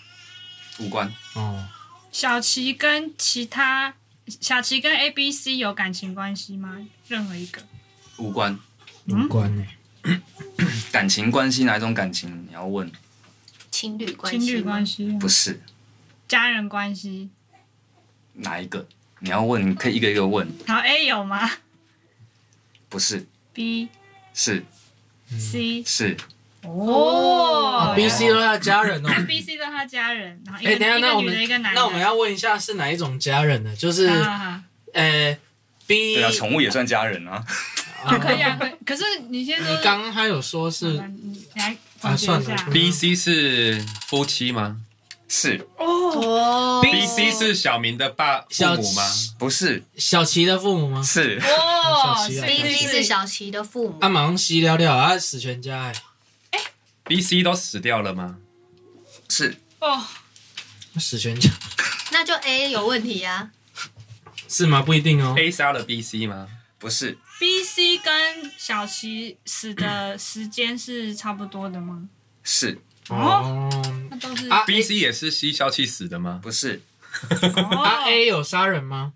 E: 无关，
A: 哦，
D: 小琪跟其他小琪跟 A B C 有感情关系吗？任何一个
E: 无关。
D: 嗯
A: 无关呢。
E: 感情关系哪一种感情？你要问，
C: 情侣关
D: 情
C: 系，
D: 侣关，系、
E: 不是
D: 家人关系。
E: 哪一个？你要问，你可以一个一个问，
D: 然后 A 有吗
E: 不是
D: ？B、
E: 是
D: C
E: 是
D: 哦
A: B、C 都是他的家 人哦。
D: B、C 都他家人，然后一个
A: 哎，等一下，
D: 一个
A: 那我
D: 女的，
A: 们
D: 一个男的。
A: 那我们要问一下是哪一种家人呢？就是
D: 啊，
A: 呃，B
E: 对啊，宠物也算家人啊，
A: 啊
D: 可以啊，可以可是你先说，
A: 你刚刚他有说是
D: 好吧你来
A: 啊
D: 总结一
A: 算
D: 下
A: 了。
B: B C 是夫妻吗
E: 是
D: 哦，
C: 哦
B: ？B C 是小明的爸父
A: 小
B: 母吗？
E: 不是
A: 小琪的父母吗？
E: 是
A: 小
D: 哦
A: 琪啊
C: B C 是小琪的父母
A: 啊，马上西聊聊啊，死全家哎、
B: B C 都死掉了吗？
E: 是
D: 哦，
A: 死全家
C: 那就 A 有问题啊。
A: 是吗？不一定哦。
B: A 杀了 B C 吗？
E: 不是
D: B、C 跟小琪死的时间是差不多的吗？
E: 是
A: 哦，
D: 那都是
A: 啊
B: B、C 也是吸笑气死的吗？
E: 不是
A: 啊
D: 哦
A: ，A 有杀人吗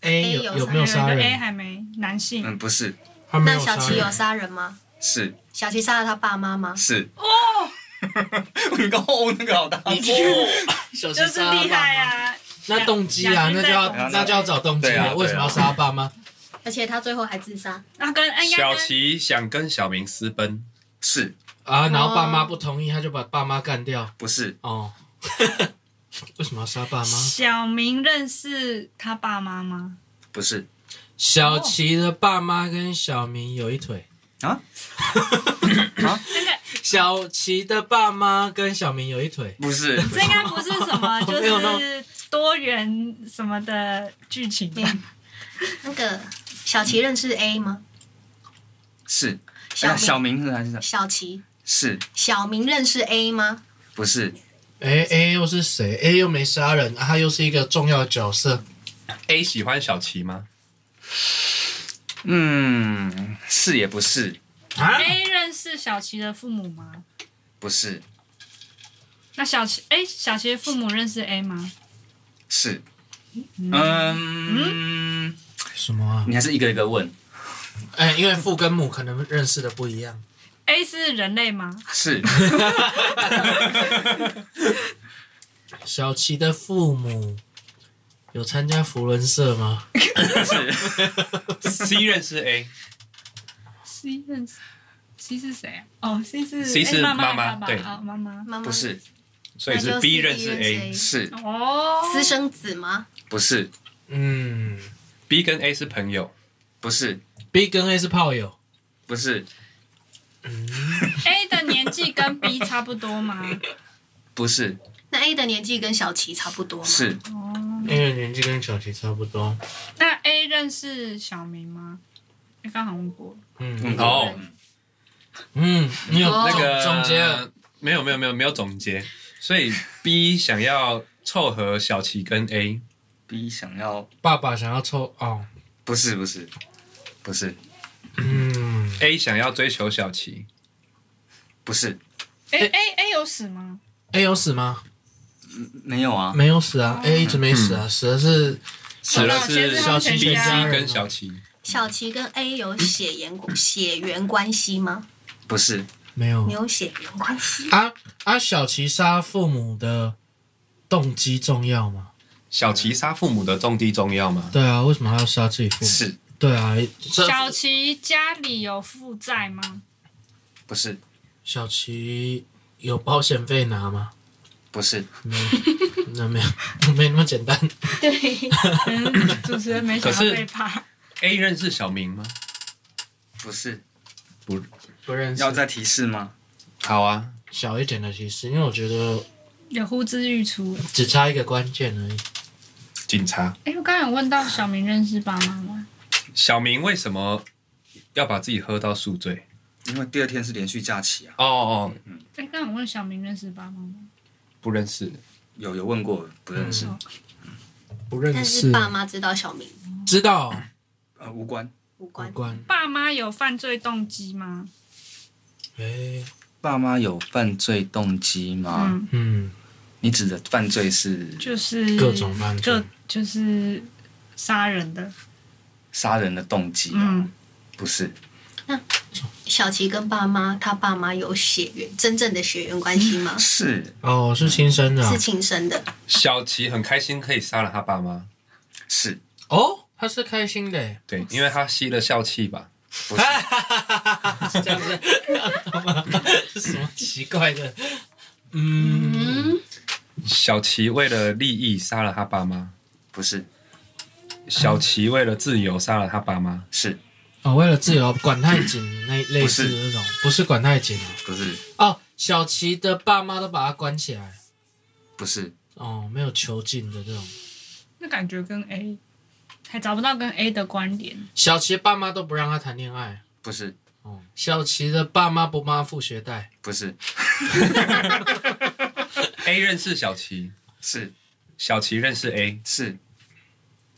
A: ？A 有
C: 有
A: 有没有杀
D: ？A
A: 人？
D: 还没男性
E: 嗯不是
A: 他没
C: 那
A: 有杀
C: 小琪有
A: 人。
C: 杀人吗？
E: 是
C: 小琪杀了他爸妈吗？
E: 是
D: 哦，
E: 你刚哦那个好大
A: 你小琪
D: 就是
A: 杀了
D: 厉害
A: 爸妈！
D: 啊！
A: 那动机啊，
D: 小
A: 那
D: 琪在
A: 就要
D: 公
E: 司
A: 那就要找动机
E: 对啊
A: 了。
E: 对啊
A: 为什么要杀爸妈？
C: 而且他最后还自杀。
D: 那跟应该
B: 小
D: 跟
B: 琪想跟小明私奔，
E: 是
A: 啊，然后
C: 哦
A: 爸妈不同意，他就把爸妈干掉。
E: 不是
A: 哦， 为什么要杀爸妈？
D: 小明认识他爸妈吗？
E: 不是
A: 小琪的爸妈跟小明有一腿。
E: 啊啊
A: 小琪的爸妈跟小明有一腿。
E: 不是
D: 这应该不是 什么，就
A: 没有那
D: 是多元什么的剧情吧。
C: 那个小琪认识 A 吗？
E: 是
C: 小
E: 哎小
C: 明
E: 明是还是啥
C: 小琪
E: 是
C: 小明认识 A 吗？
E: 不是
A: 哎，A 又是谁？A 又没杀人，啊他又是一个重要的角色。
B: A 喜欢小琪吗？
E: 嗯是也不是
A: 啊
D: A 认识小琪的父母吗？
E: 不是
D: 那小琪，哎，小琪的父母认识 A 吗？
E: 是嗯
A: 什么啊？
E: 你还是一个一个问
A: 哎，因为父跟母可能认识的不一样。
D: A 是人类吗？
E: 是
A: 小琪的父母有参加福伦社吗？
E: 是
B: C 认识 A，C
D: C 认识 C 是谁啊？哦，C 是
B: C 是
D: 哎妈
B: 妈妈
D: 爸爸
B: 对
D: 啊，妈妈。
C: 妈妈
E: 不是
B: 所以
C: 那
B: 是
C: 就
B: B
C: C
B: 认识 A。
E: 是
D: 哦，
C: 私生子吗？
E: 不是
A: 嗯
B: B 跟 A 是朋友，
E: 不是
A: ，B 跟 A 是炮友。
E: 不是
D: A 的年纪跟 B 差不多 吗？
E: 不是
C: 那 A 的年纪跟小琪差不多吗？
E: 是
D: 哦，
A: 因为年纪跟小琪差不多。
D: 那 A 认识小明吗？哎刚好问过了，
A: 嗯
B: 哦，
A: 嗯，你有
C: 哦
B: 那个
A: 总总结了
B: 没有没有没有没有总结，所以 B 想要凑合小琪跟 A，
E: B 想要
A: 爸爸想要抽哦，
E: 不是不是不是
A: 嗯
B: A 想要追求小琪，
E: 不是
D: 哎 A A 有死吗？
A: ，A 有死吗？
E: 没有啊
A: 没有死啊，A 一直没死啊，死的是
B: 死了是
D: 小
A: 琪
B: B、
A: 全
B: C
A: 家
B: 跟小琪，
C: 小琪跟 A 有血缘血缘关系吗？
E: 不是
A: 没有
C: 没有血缘关系。
A: 啊啊！小琪杀父母的动机重要吗？
B: 小琪杀父母的重地重要吗？
A: 对啊，为什么他要杀自己父母？
E: 是
A: 对啊，这
D: 小琪家里有负债吗？
E: 不是
A: 小琪有保险费拿吗？
E: 不是
A: 没有，那没有， 没那么简单。
C: 对，
D: 嗯主持人没想到
B: 可是
D: 被怕。
B: A 认识小明吗？
E: 不是
B: 不，
A: 不认识
E: 要，再提示吗？
B: 好啊，
A: 小一点的提示，因为我觉得
D: 有呼之欲出。
A: 只差一个关键而已。
B: 警察。
D: 哎，我刚才有问到小明认识爸妈吗？
B: 小明为什么要把自己喝到宿醉？
E: 因为第二天是连续假期啊，
B: 哦哦，
D: 哎，刚才有问小明认识爸妈吗？
B: 不认识。
E: 有有问过不认识
A: 嗯不认
C: 但
A: 识
C: 是，爸妈知道小明
A: 知道
E: 呃无关，
C: 无
A: 无
C: 关。
A: 关。
D: 爸妈有犯罪动机吗？
A: 哎，
E: 爸妈有犯罪动机吗？
D: 嗯，
A: 嗯，
E: 你指的犯罪是
D: 就是
A: 各种犯罪
D: 各就是杀人的。
E: 杀人的动机啊？
D: 嗯，
E: 不是
C: 小琪跟爸妈，他爸妈有血缘，真正的血缘关系吗？
E: 是
A: 哦，是亲生的啊
C: 是亲生的。
B: 小琪很开心可以杀了他爸妈，
E: 是
A: 哦，他是开心的欸耶。
B: 对，因为他吸了笑气吧。
E: 不
D: 啊
E: 是
A: 是这样子， 是什么奇怪的？嗯，
C: 嗯，
B: 小琪为了利益杀了他爸妈，
E: 不是
B: 小琪为了自由杀了他爸妈，
E: 是
A: 哦，为了自由管太紧那类似的那种，不是管太紧哦
E: 不是
A: 哦，小琪的爸妈都把他关起来，
E: 不是，
A: 哦，没有囚禁的这种，
D: 那感觉跟 A 还找不到跟 A 的关联。
A: 小琪爸妈都不让他谈恋爱，
E: 不是，
A: 哦，小琪的爸妈不帮他付学贷，
E: 不是，
B: A 认识小琪，
E: 是
B: 小琪认识 A，
E: 是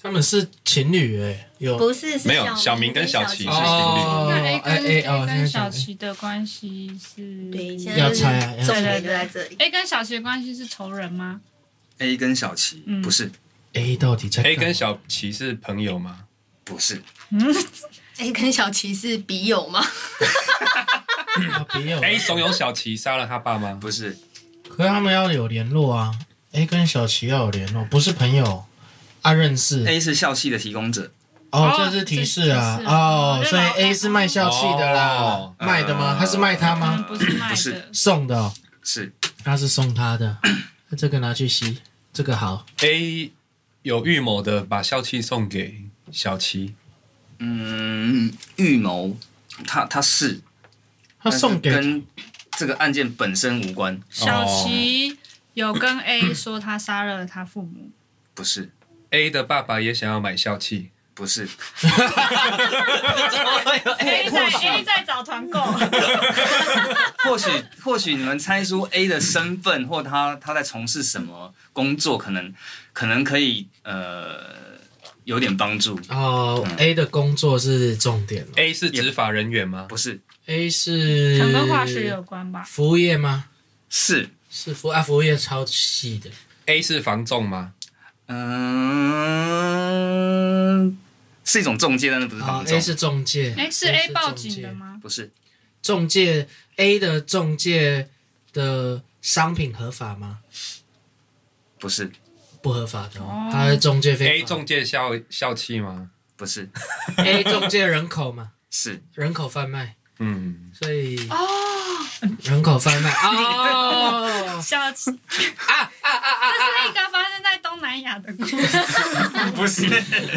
A: 他们是情侣诶、有
C: 不是，是
B: 没有小
C: 小
B: 明跟小
C: 小
B: 琪
C: 琪
B: 是情侣
A: 哦
D: 那
A: 哎
D: A 跟
A: 哎
D: A
A: 哦
D: 跟小
A: 现
D: 琪的关系是？
C: 对，现
A: 要
C: 在就是
A: 猜啊要
C: 重
A: 猜
C: 点就在这里。
D: A 跟小琪的关系是仇人吗？
E: A 跟小琪，
D: 嗯
E: 不是
A: A 到底在
B: ，A
A: 干
B: 跟
A: 嘛
B: 小琪是朋友 吗？
E: 不是，
C: 哎，跟小琪是笔友吗？
A: 啊别有
B: A 怂恿小琪杀了他爸妈，
E: 不是
A: 可是他们要有联络啊，A 跟小琪要有联络，不是朋友啊，认识
E: A 是校系的提供者，
A: 哦
D: 哦，
A: 这是提示啊
D: 这是提示
A: 哦
D: 哦，
A: 所以
D: 那老
A: A 是卖笑气的啦
B: 哦，
A: 卖的吗
E: 嗯？
A: 他是卖他
D: 可能
A: 吗？
D: 不是卖
E: 不
D: 的
E: 是。
A: 送的哦，
E: 是
A: 他是送他 的，那这个拿去吸，这个好，
B: A 有预谋的把笑气送给小琪，
E: 嗯预谋，他他是
A: 他送
E: 但
A: 给
E: 是跟这个案件本身无关，
D: 小琪有跟 A 说他杀了他父母，
E: 不是
B: A 的爸爸也想要买笑气，
E: 不是哎
D: A 在 A 在找团购，
E: 或许 或许你们猜出 A 的身份或他他在从事什么工作，可能可能可以呃有点帮助。
A: 哦，A 的工作是重点了
B: A 是执法人员吗？
E: 不是，
A: ，A
D: 可
A: 是
D: 能跟化学有关吧。
A: 服务业吗？
E: 是，
A: 是服啊，服务业超细的，
B: A 是房仲吗？
E: 嗯、是一种中介，但是不是
A: 啊
E: 房仲，
A: ，A 是中介，
D: 哎，是
A: A
D: A 报
A: 中
D: 警
A: 介
D: 的吗？
E: 不是
A: 中介 A 的中介的商品合法吗？
E: 不是
A: 不合法的、哦
D: 哦，
A: 他的中介非
B: A 中介笑笑气吗？
E: 不是
A: A 中介人口嘛，
E: 是
A: 人口贩卖，
B: 嗯，
A: 所以
D: 哦，
A: 人口贩卖 哦
D: 小琪啊啊啊啊！这是一个发生在东南亚的故事。
E: 不是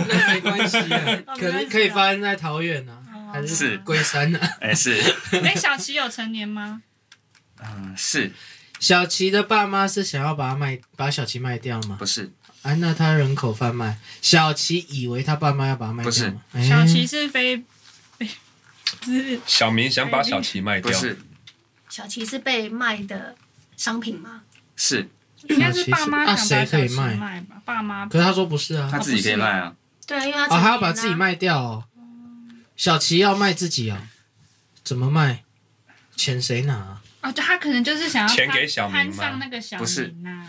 A: 那没关系啊，
D: 哦
A: 可
D: 没关
A: 是
D: 系啊
A: 可以发生在桃园啊，还是
E: 是
A: 龟山 啊。
E: 哎是
D: 哎，小琪有成年吗？
E: 嗯是
A: 小琪的爸妈是想要把他卖，把小琪卖掉吗？
E: 不是
A: 啊，那他人口贩卖，小琪以为他爸妈要把他卖
E: 不是
A: 掉吗？哎
D: 小琪是非，是
B: 小明想把小琪卖
A: 哎
E: 不
B: 掉，
E: 是
C: 小琪是被卖的商品吗？
E: 是
D: 应该是啊爸妈
A: 那
D: 想把
A: 谁可
D: 小
A: 以
D: 琪
A: 卖
D: 卖吧？爸妈
A: 可是他说不是啊，
E: 他自己可以卖啊，
C: 对啊，因为他
A: 哦，
C: 成
A: 他要
C: 年
A: 把
C: 啦
A: 自己卖掉哦。小琪要卖自己哦，怎么卖？钱谁拿啊、
D: 哦，就他可能就是想要
B: 钱
D: 攀
B: 给小明吗
D: 攀上那个小
E: 不是
D: 明呐，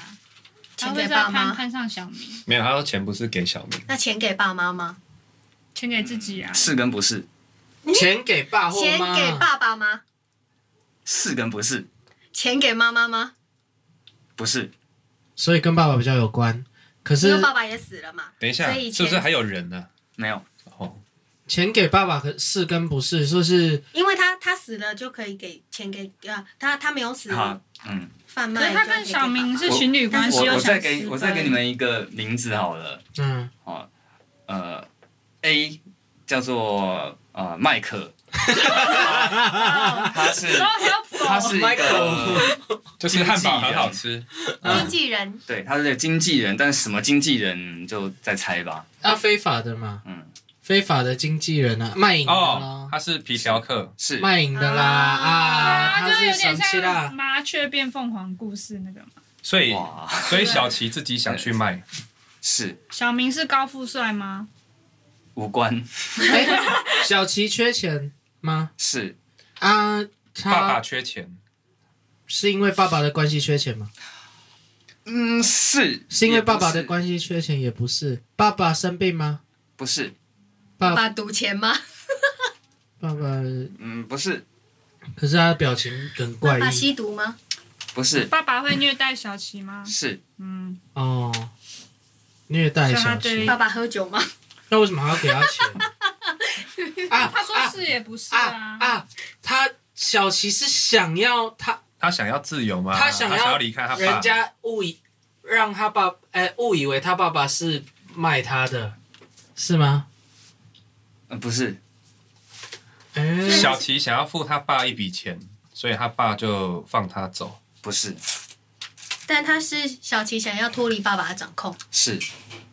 D: 他
C: 钱
D: 会
C: 给
D: 不要
C: 爸
D: 攀
C: 妈，
D: 攀上小明，
B: 没有，他说钱不是给小明，
C: 那钱给爸妈吗？
D: 钱给自己啊。
E: 是跟不是
A: 钱给爸或
C: 钱
A: 妈？
C: 给爸爸吗？
E: 是跟不是
C: 钱给妈妈吗？
E: 不是
A: 所以跟爸爸比较有关。可
C: 因
A: 是
C: 为爸爸也死了嘛。
B: 等一下，
C: 所以
B: 是
C: 钱
B: 不是还有人呢、
E: 没有
B: 哦，
A: 钱给爸爸可是跟不是，就是
C: 因为他他死了就可以给钱给啊，他他没有死，
B: 啊
E: 好嗯。
C: 贩
D: 可
C: 卖。
D: 是他跟小明是
E: 我
D: 情侣关系，
E: 我
D: 又
E: 我
D: 想
E: 再给
D: 私
E: 我再给
D: 奔
E: 你们一个名字好了，
A: 嗯，
E: 哦，呃，A 叫做呃麦 克，他是
D: So helpful，
E: 他是一个
A: Michael
B: 就是汉
E: 啊
B: 堡很好吃，
A: 啊
C: 经纪人，
E: 对他是个经纪人，但是什么经纪人就再猜吧，
A: 啊非法的嘛，
E: 嗯，
A: 非法的经纪人啊，卖淫的
B: 哦
A: 啦，，
B: 他是皮条客，
E: 是
A: 卖淫的啦
C: 啊
A: 啊，
D: 啊，
A: 他
D: 就是有
A: 神
D: 点
A: 奇
D: 像
A: 啦，
D: 麻雀变凤凰故事那个嘛。
B: 所以
E: 哇，
B: 所以小琪自己想去卖，
E: 是
D: 小明是高富帅吗？
E: 无关，
A: 哎，小琪缺钱吗？
E: 是
A: 啊，
B: 爸爸
A: 他
B: 缺钱，
A: 是因为爸爸的关系缺钱吗？
E: 嗯是
A: 是因为爸爸的
E: 也不是
A: 关系缺钱，也不是爸爸生病吗？
E: 不是
A: 爸
C: 爸
A: 爸
C: 爸赌钱吗？
A: 爸爸，
E: 嗯不是
A: 可是他的表情很
C: 爸
A: 怪
C: 爸
A: 异
C: 吸毒吗？
E: 不是
D: 爸爸会虐待小琪吗？
E: 是
D: 嗯，
A: 哦，虐待
D: 所以
A: 小
D: 他对
A: 琪
C: 爸，爸喝酒吗？
A: 那为什么还要给他 钱？啊
D: 他说是也不是
A: 啊
D: 啊
A: 啊。啊！他小琪是想要他
B: 他想要自由吗？
A: 他想要
B: 离开他
A: 人
B: 爸，
A: 家误以让他爸哎、误以为他爸爸是卖他的，是吗？
E: 呃不是
A: 哎，
B: 小琪想要付他爸一笔钱，所以他爸就放他走。
E: 不是，
C: 但他是小琪想要脱离爸爸的掌控，
E: 是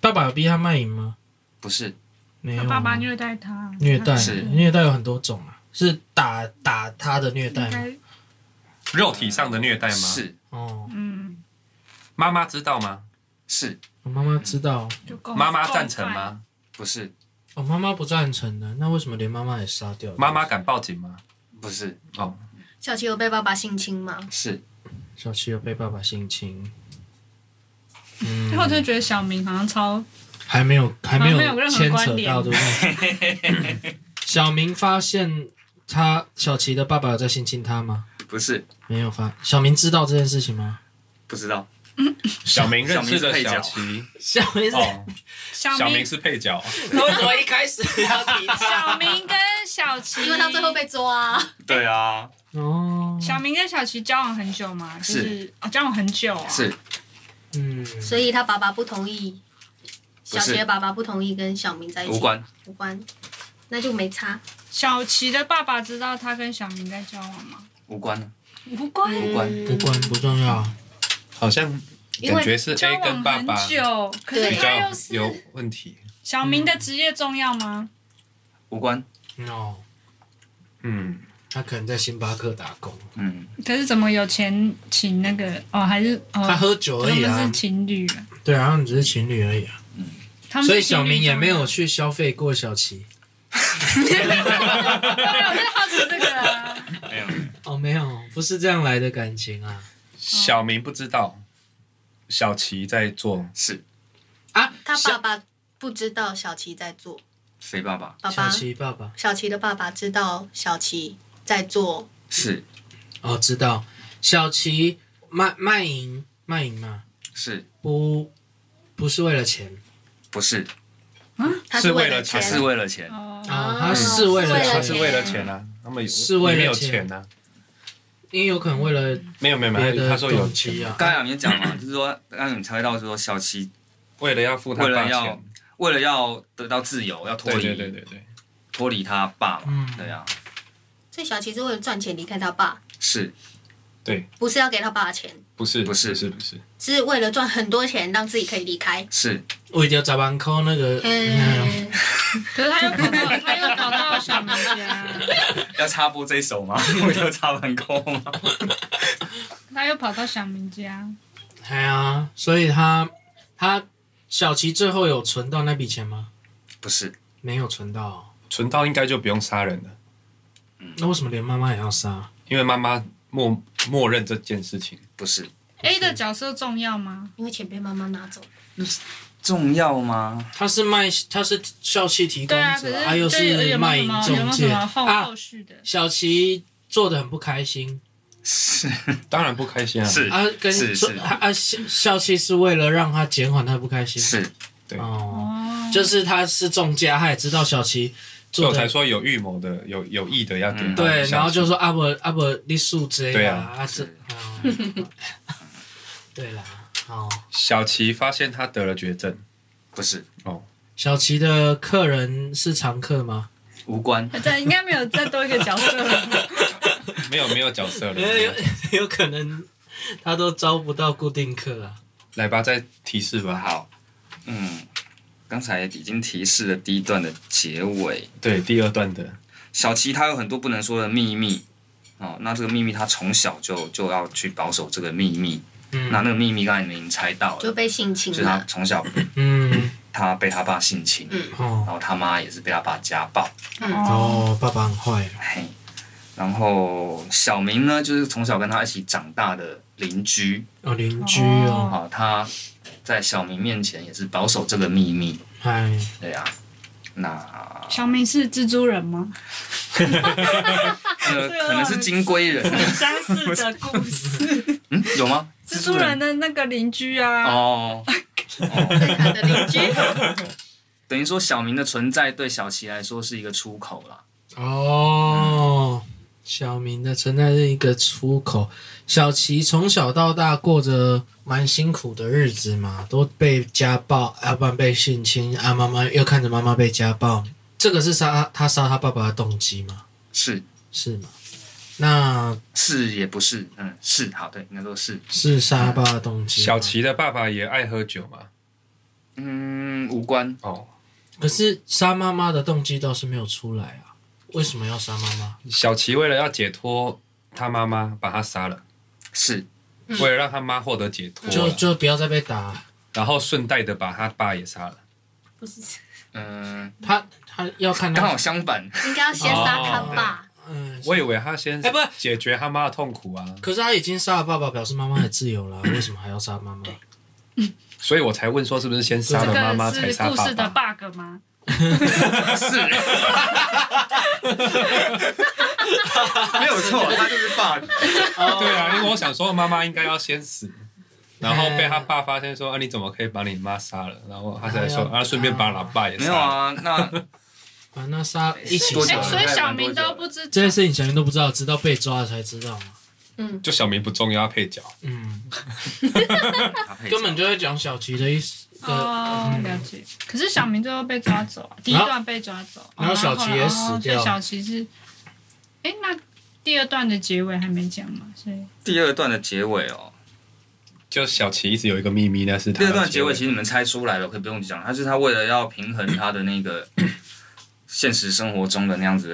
A: 爸爸有逼他卖淫吗？
E: 不是？
A: 没有
D: 他
A: 啊，
D: 爸爸虐待他，
A: 虐待
E: 是
A: 虐待有很多种啊，是打打他的虐待
D: 应
A: 吗？
D: 该
B: 肉体上的虐待吗？，
E: 是
A: 哦，
D: 嗯，
B: 妈妈知道吗？
E: 是
A: 我妈妈知道，
D: 就够
B: 妈妈赞成？
D: 啊
B: 吗？
E: 不是？
A: 我妈妈不赞成的，那为什么连妈妈也杀掉了？
B: 妈妈敢报警吗？
E: 不是？
B: 哦，
C: 小琪有被爸爸性侵吗？
E: 是
A: 小七有被爸爸性侵，
D: 够
A: 嗯
D: 最，后就觉得小明好像超
A: 还没有还没
D: 好像没有任何
A: 牵扯
D: 关联
A: 到，对不对？小明发现他小琪的爸爸有在性侵他吗？
E: 不是？
A: 没有发，小明知道这件事情吗？
E: 不知
D: 哎
E: 道。
B: 小明认识的小琪
A: 小明是，
B: 哦，
D: 小
B: 小
D: 明
B: 明是配角，
A: 那为什么一开始要提
D: 小明跟小琪，
C: 因为他最后被抓、啊，
E: 对啊，
A: 哦，
D: 小明跟小琪交往很久嘛，就是哦，交往很久啊，
E: 是
A: 嗯，
C: 所以他爸爸不同意，
E: 不
C: 小
E: 是
C: 琪的爸爸不同意跟小明在一起，
E: 无关。
C: 无关，那就没差。
D: 小琪的爸爸知道他跟小明在交往吗？
E: 无关啊
D: 无关，
E: 无关
A: 不关不重要，
B: 好像
C: 因为
B: 感觉是
D: 交
B: A 跟
D: 往
B: 爸
D: 很
B: 爸
D: 久，可是
B: 比
D: 他
B: 较
D: 又是
B: 有问题。
D: 小明
A: 嗯
D: 的职业重要吗？
E: 无关。
A: no，
B: 嗯，
D: 哦
A: 他可能在星巴克打工，
E: 嗯，
D: 可是怎么有钱请那个哦？还是哦，
A: 他喝酒而已
D: 他
A: 啊
D: 们是，情侣啊，
A: 对啊，他们只是情侣而已啊，
D: 他们是
A: 所以小明
D: 情侣
A: 也没有
D: 状
A: 去消费过小琪。
D: 态，对，我就好奇这个啊。
E: 没有。
A: 哦，没有，不是这样来的感情啊
B: 小明不知道小琪在做，
E: 是
A: 啊！
C: 他
A: 小
C: 爸爸不知道小琪在做，
E: 谁爸爸？
C: 爸
A: 小
C: 爸
A: 琪爸爸
C: 小琪的爸爸知道小琪在做，
E: 是
A: 哦，知道小琪卖卖淫卖淫嘛，
E: 是
A: 不不是为了钱
E: 不是？
C: 他
B: 是为
C: 为
B: 了
C: 钱
E: 他，是为了钱。
D: 哦，
A: 啊，
C: 哦
A: 他是为
C: 是为
A: 了
B: 他
C: 了
B: 是
A: 钱，
B: 为了钱啊，他们有
A: 是为了
B: 里面有
A: 钱
B: 钱啊，
A: 因为有可能为了
B: 没有没有
A: 别
B: 没有，他
A: 的
B: 说有
A: 动
B: 钱
A: 机，啊。
E: 刚才有你讲 嘛，就是说，让你们猜到，说小琪
B: 为了要付他
E: 为
B: 爸
E: 了要
B: 钱，
E: 为了要得到自由，要脱
B: 对
E: 离
B: 对对对对，
E: 脱离他爸嘛。
A: 嗯
E: 对啊，
C: 所以小琪是为了赚钱离开他爸，
E: 是
C: 不是要给他爸钱，
B: 不是
E: 不是
B: 不是不是，
C: 是为了赚很多钱让自己可以离开。
E: 是
A: 为了十万块那个， 嗯，
C: 嗯，
D: 可是他又跑到，他又跑到小明家，
E: 要插播这一首吗？ 我要插完扣吗？
D: 他又跑到小明家，
A: 哎呀，所以他他小琪最后有存到那笔钱吗？
E: 不是
A: 没有存到，
B: 存到应该就不用杀人了。
A: 那为什么连妈妈也要杀？
B: 因为妈妈默默认这件事情，
E: 不是
D: A 的角色重要吗？
C: 因为钱被妈妈拿走，
E: 重要吗？
A: 他是卖，他是校气提供
D: 对啊，可
A: 者，
D: 是
A: 他、又
D: 就是有
A: 是
D: 有
A: 卖
D: 没有什
A: 淫
D: 么有没
A: 中
D: 有
A: 介
D: 什么后
A: 啊
D: 后。续的？
A: 小琪做的很不开心，
E: 是
B: 当然不开心啊。
E: 是
A: 啊，跟
E: 是
A: 说
E: 是
A: 啊啊，校校气是为了让他减缓他的不开心，
E: 是
B: 对
A: 哦，
D: 哦，
A: 就是他是中介，他也知道小琪
B: 所以
A: 做
B: 我才
A: 的。
B: 说有预谋的，有有意的要给他
E: 嗯
A: 对，然后
B: 下
A: 就说阿啊伯阿伯你素质
B: 对啊
A: 啊，啊这，
E: 是
A: 啊对啦，哦，
B: 小琪发现他得了绝症，
E: 不是
A: 小琪的客人是常客吗？
E: 无关？
D: 这应该没有再多一个角色 了。
B: 没有没有角色了。
A: 有有 有可能他都招不到固定客啊。
B: 来吧，再提示吧。
E: 好，嗯，刚才已经提示了第一段的结尾，
B: 对，第二段的
E: 小琪她有很多不能说的秘密。哦，那这个秘密她从小就就要去保守这个秘密。
A: 嗯
E: 那那个秘密刚才你们已经猜到
C: 就
E: 了，
C: 被性
E: 就
C: 侵
E: 是她啊
C: 了。
E: 从小
A: 嗯，
E: 她被她爸性侵，
C: 嗯
E: 然
A: 哦
E: 后她妈也是被她爸家暴。
D: 哦，
A: 哦，爸爸很坏啊。
E: 嘿，然后小明呢，就是从小跟他一起长大的邻居
A: 哦，邻居哦，
E: 啊，他在小明面前也是保守这个秘密，
A: 嗨，
E: 对啊。那
D: 小明是蜘蛛人吗？
E: 呃，可能是金龟人，
D: 很相似的故事，
E: 嗯，有吗？
D: 蜘蛛人的那个邻居啊，
E: 哦，哦
C: 对，他的邻居，
E: 等于说小明的存在对小琪来说是一个出口啦。
A: 哦，小明的存在是一个出口。小琪从小到大过着蛮辛苦的日子嘛，都被家暴，要不然被性啊侵啊，妈妈又看着妈妈被家暴。这个是杀他杀他爸爸的动机吗？
E: 是
A: 是吗？那
E: 是也不是，嗯，是好，对，应该说是，
A: 是沙巴的动机吗。
B: 小琪的爸爸也爱喝酒嘛？
E: 嗯，无关，
B: 哦，
A: 可是沙妈妈的动机倒是没有出来啊，为什么要沙妈妈？
B: 小琪为了要解脱他妈妈，把他杀了，
E: 是
C: 嗯
B: 为了让他妈获得解脱
A: 就
B: 了，
A: 就不要再被打，
B: 然后顺带的把他爸也杀了。
C: 不是，
E: 嗯，
A: 他他要看
E: 刚
A: 他
E: 好，相反，
C: 应该要先杀他爸。
A: 嗯，
B: 我以为他先
A: 哎不是
B: 解决他妈的痛苦啊，
A: 可是他已经杀了爸爸，表示妈妈也自 由了，为什么还要杀妈妈？
B: 所以我才问说是不是先杀
D: 这
B: 了妈妈
D: 个
B: 才
D: 是
B: 杀
D: 故事的
B: 爸爸？
D: bug 吗？
E: 是， 没有错，他就是 bug，
B: 对啊，因为我想说妈妈应该要先死。然后被他爸发现说啊，你怎么可以把你妈杀了？然后他才说
A: 哎呀
B: 啊，顺便把老爸也
E: 没
B: 杀
E: 有
B: 了。
E: 啊， 那
A: 把那杀一起
E: 多久
D: 哎、
A: 杀
E: 了
D: 所以小明都不知
A: 这
D: 道
A: 件。事情小明都不知道，直到被抓了才知道嘛。
C: 嗯，
B: 就小明不重要，配角。
A: 嗯，
E: 搭配
A: 根本就在讲小琪的意思。的，
D: 哦，了解。可是小明最后被抓走啊，第一段被抓走，
A: 然后小琪也死掉
D: 哦所以小琪是，哎、那第二段的结尾还没讲嘛？所以
E: 第二段的结尾哦，就
B: 小琪一直有一个秘密，那是他
E: 第
B: 要
E: 二段啊结尾其实你们猜出来了，可以不用讲，他就是他为了要平衡他的那个 现实生活中的那样子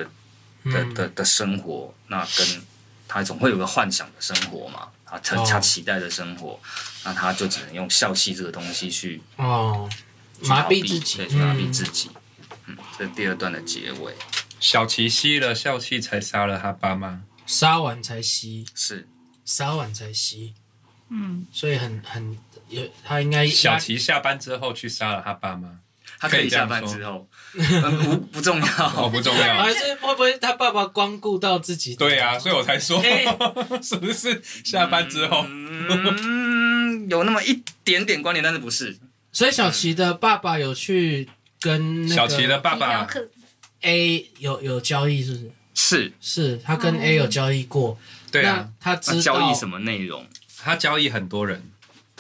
E: 的的
A: 嗯
E: 的的生活，那跟他总会有个幻想的生活嘛，他他
A: 哦
E: 他期待的生活，那他就只能用笑戏这个东西去
A: 哦，麻痹自己
E: 对，去麻痹
A: 嗯
E: 自己。嗯，这是第二段的结尾
B: 小琪吸了笑气，才杀了他爸妈。
A: 嗯杀完才吸，
E: 是
A: 杀完才吸，
D: 嗯，
A: 所以很很有他应该
B: 小琪下班之后去杀了他爸妈，
E: 他可
B: 可
E: 以
B: 以这
E: 下
B: 样
E: 班
B: 说
E: 之后，嗯无不重
B: 哦，
E: 要，
B: 不重
A: 压
B: 要。
A: 还是会不会他爸爸光顾到自己？
B: 对啊，所以我才说
A: 哎
B: 是不是下班之后？
E: 嗯，有那么一点点关联，但是不是
A: 所以小琪的爸爸有去跟那个
B: 小琪的爸
C: 医疗
B: 爸
C: 课
A: A 有有交易，是不是？
E: 是
A: 是他跟
D: 嗯
A: A 有交易过，
B: 对啊，，
A: 他
E: 那
A: 知道
E: 交易什么内容？
B: 他交易很多人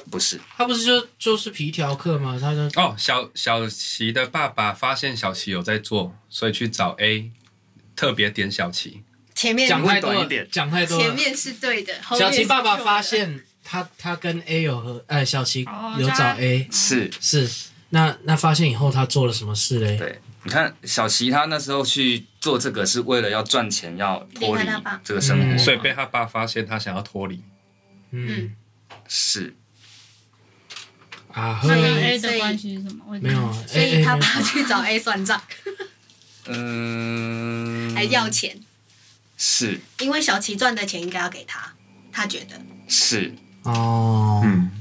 E: 不是
A: 他不是就就是皮条客吗？他就
B: 哦。小小琪的爸爸发现小琪有在做，所以去找 A，特别点小琪。
C: 前面
A: 讲太
E: 你会
A: 多
E: 短一
A: 了
E: 点，
A: 讲太多
C: 前
A: 了。
C: 面是对的，后
A: 小
C: 面是
A: 琪爸爸
C: 错的
A: 发，现他他跟 A 有和哎小琪
D: 哦
A: 有找
D: 他
A: A
E: 是，
A: 是那那发现以后他做了什么事嘞？
E: 对，你看小齐他那时候去做这个是为了要赚钱，要脱离
C: 离开他爸
E: 这个生活嘛，
A: 嗯
B: 所以被他爸发现，他想要脱离。
A: 嗯
E: 是
A: 啊呵
D: 那跟 A 的关系是什么？我已经
A: 没有啊
C: 嗯所
A: A
C: 以
A: A
C: 他爸去找 A 算账，
E: 嗯，
C: 还要钱，
E: 是
C: 因为小琪赚的钱应该要给他，他觉得。
E: 是
A: 哦，
B: 嗯，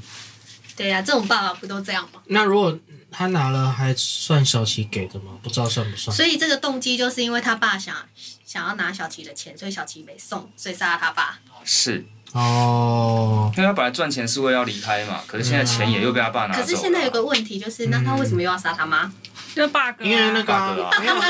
C: 对啊呀、这种爸爸不都这样吗？
A: 那如果他拿了还算小琪给的吗？不知道算不算？
C: 所以这个动机就是因为他爸想想要拿小琪的钱，所以小琪没送，所以杀了他爸。
E: 是，
A: 哦，
E: 因为他本来赚钱是为了要离开嘛，可是现在钱也又被他爸拿走
C: 可
E: 了，
C: 是现在有个问题就是，那他为什么又要杀他妈？
D: 就 bug，啊
A: 因为那个啊
E: 大哥啊
A: 没有，因为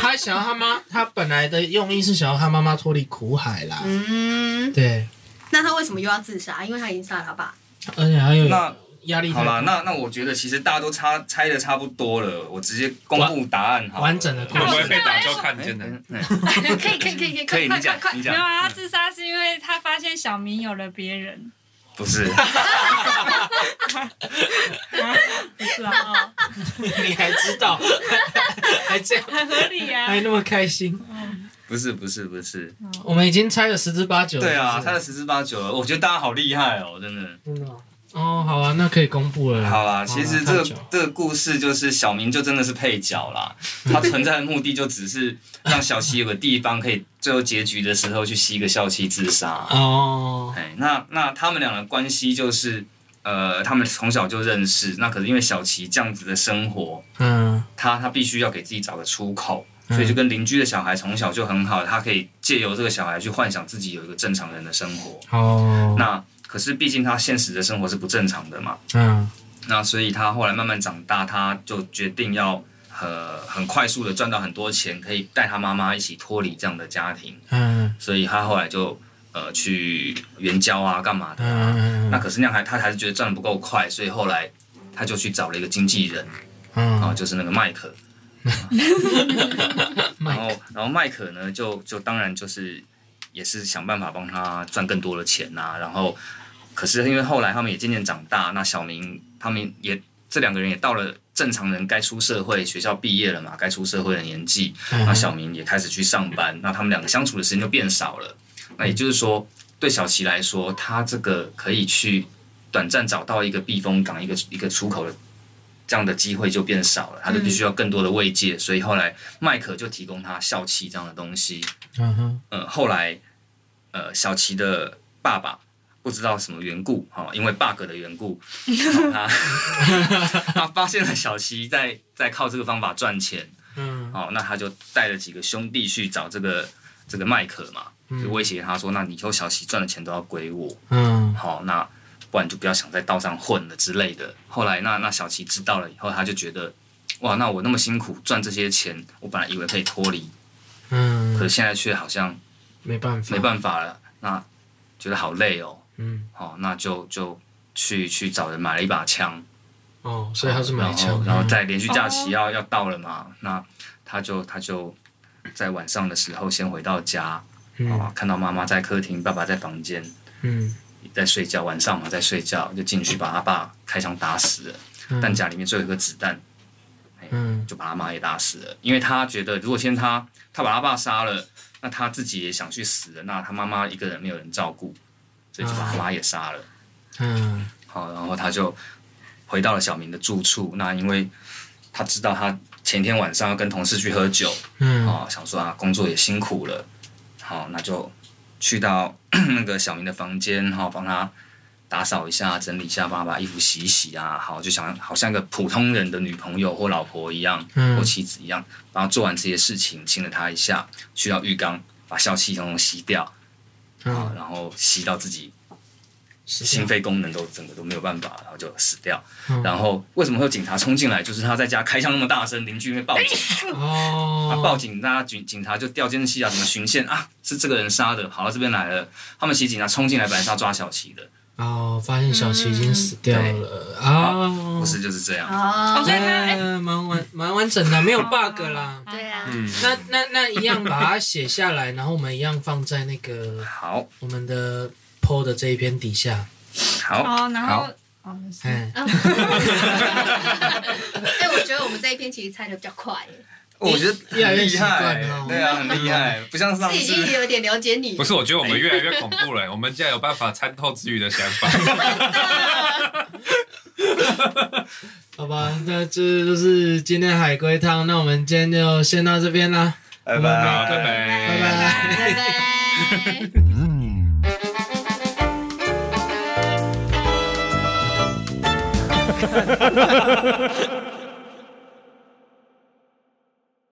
A: 他 想要他妈，他本来的用意是想要他妈妈脱离苦海啦。
C: 嗯，
A: 对，
C: 那他为什么又要自杀？因为他已经杀了他爸。
A: 而且还有
E: 那
A: 压力太
E: 好
A: 大
E: 啦，那那我觉得其实大家都差猜的差不多了，我直接公布答案好了
A: 完整的故
B: 会
A: 事
B: 不会被打就看
E: 哎
B: 见了？
E: 嗯
C: 可以可以可以
E: 可以你讲你
D: 没有
E: 讲，
D: 啊，他自杀是因为他发现小明有了别人，
E: 不是
D: 不是啊，哦
A: 你还知道，还这样，
D: 很合理啊
A: 还。那么开心。
E: 不是不是不是，
A: 我们已经猜了十之八九了。
E: 对啊，
A: 是
E: 猜
A: 不
E: 的
A: 是
E: 十之八九了，我觉得大家好厉害哦，真的。
A: 真的哦哦，好啊，那可以公布了啦。啊
E: 好啦，其实这
A: 太
E: 个
A: 久
E: 这个故事就是小明就真的是配角 啦，他存在的目的就只是让小琪有个地方可以最后结局的时候去吸个笑气自杀。
A: 哦，
E: 哎，那那他们俩的关系就是，呃，他们从小就认识，那可是因为小琪这样子的生活，
A: 嗯
E: 他他必须要给自己找个出口，所以就跟邻居的小孩从小就很好，他可以借由这个小孩去幻想自己有一个正常人的生活。
A: 哦，
E: 那可是毕竟他现实的生活是不正常的嘛，
A: 嗯
E: 那所以他后来慢慢长大，他就决定要呃很快速的赚到很多钱，可以带他妈妈一起脱离这样的家庭。
A: 嗯
E: 所以他后来就呃去援交啊，干嘛的、啊？
A: 嗯
E: 那
A: 嗯
E: 可是那样还他还是觉得赚的不够快，所以后来他就去找了一个经纪人啊、
A: 嗯，
E: 就是那个麦克。然
A: 麦
E: 后然后麦克呢，就就当然就是也是想办法帮他赚更多的钱呐、然后，可是因为后来他们也渐渐长大，那小明他们也这两个人也到了正常人该出社会、学校毕业了嘛，该出社会的年纪。
A: 嗯
E: 那小明也开始去上班，那他们两个相处的时间就变少了。那也就是说，对小齐来说，他这个可以去短暂找到一个避风港、一个一个出口的这样的机会就变少了，他就必须要更多的慰藉。所以后来麦克就提供他笑气这样的东西。
A: 嗯哼，
E: 呃，后来呃，小齐的爸爸不知道什么缘故，哈、因为 bug 的缘故，他他 发现了小齐在在靠这个方法赚钱，
A: 嗯
E: 哦，那他就带了几个兄弟去找这个这个麦克嘛，就威胁他说，那你以后小齐赚的钱都要归我，
A: 嗯
E: 好、那不然就不要想在道上混了之类的。后来那那小齐知道了以后，他就觉得，哇，那我那么辛苦赚这些钱，我本来以为可以脱离，可
A: 嗯，
E: 是现在却好像
A: 没办法，
E: 没办法了，那觉得好累哦，
A: 嗯
E: 好、那就就。去去找人买了一把枪，
A: 哦，所以他是买
E: 然
A: 枪
E: 后
A: 的，
E: 然后在连续假期要、要到了嘛，那他就他就在晚上的时候先回到家，
A: 嗯
E: 啊，看到妈妈在客厅，爸爸在房间
A: 嗯
E: 在睡觉，晚上嘛在睡觉，就进去把他爸开枪打死了。
A: 嗯
E: 弹夹里面最后一颗子弹，
A: 嗯
E: 就把他妈也打死了。因为他觉得，如果先他他把他爸杀了，那他自己也想去死了，那他妈妈一个人没有人照顾，所以就把
A: 啊
E: 他妈也杀了。
A: 嗯
E: 好，然后他就回到了小明的住处。那因为他知道他前天晚上要跟同事去喝酒，
A: 嗯
E: 哦，想说啊，工作也辛苦了，好，那就去到 那个小明的房间，哈、帮他打扫一下、整理一下，帮他把衣服洗一洗啊，好，就想好像一个普通人的女朋友或老婆一样，或
A: 嗯
E: 妻子一样，帮他做完这些事情，亲了他一下，去到浴缸把笑气统统吸掉，啊、
A: 嗯，
E: 然后吸到自己
A: 是这
E: 心
A: 样
E: 肺功能都整个都没有办法，然后就死掉。
A: 啊嗯
E: 然后为什么会有警察冲进来？就是他在家开枪那么大声，邻居因为报警。他
A: 哦，
E: 报警，那警警察就调监视器啊，什么巡线啊，是这个人杀的，跑到这边来了。他们其实警察冲进来，本来是要抓小齐的，
A: 哦，发现小琪已经死掉了啊！
E: 不是就是这样。
D: 哦
C: 哦，
D: 所以他哎
A: 呃，蛮完蛮完整的，没有 bug 啦。
C: 对啊，
B: 嗯，
A: 那那那一样把它写下来，然后我们一样放在那个
E: 好，
A: 我们的 PO 的这一篇底下。
E: 好，
D: 哦，然后哦，没事
A: 哎，
C: 啊 哎，我觉得我们这一篇其实猜的比较快，
E: 哦我觉得
A: 越来
E: 很
A: 越
E: 厉
A: 习惯
E: 害
A: 了，
E: 对啊，很厉害，不像上
C: 是已经
E: 次。
C: 有点了解你
B: 不，是，我觉得我们越来越恐怖了，我们竟然有办法参透子宇的想法。
A: 好吧，那这就是今天海龟汤。那我们今天就先到这边啦。
E: 拜
B: 好，拜
E: 拜。
B: 拜，
A: 嗯拜拜
C: 拜拜。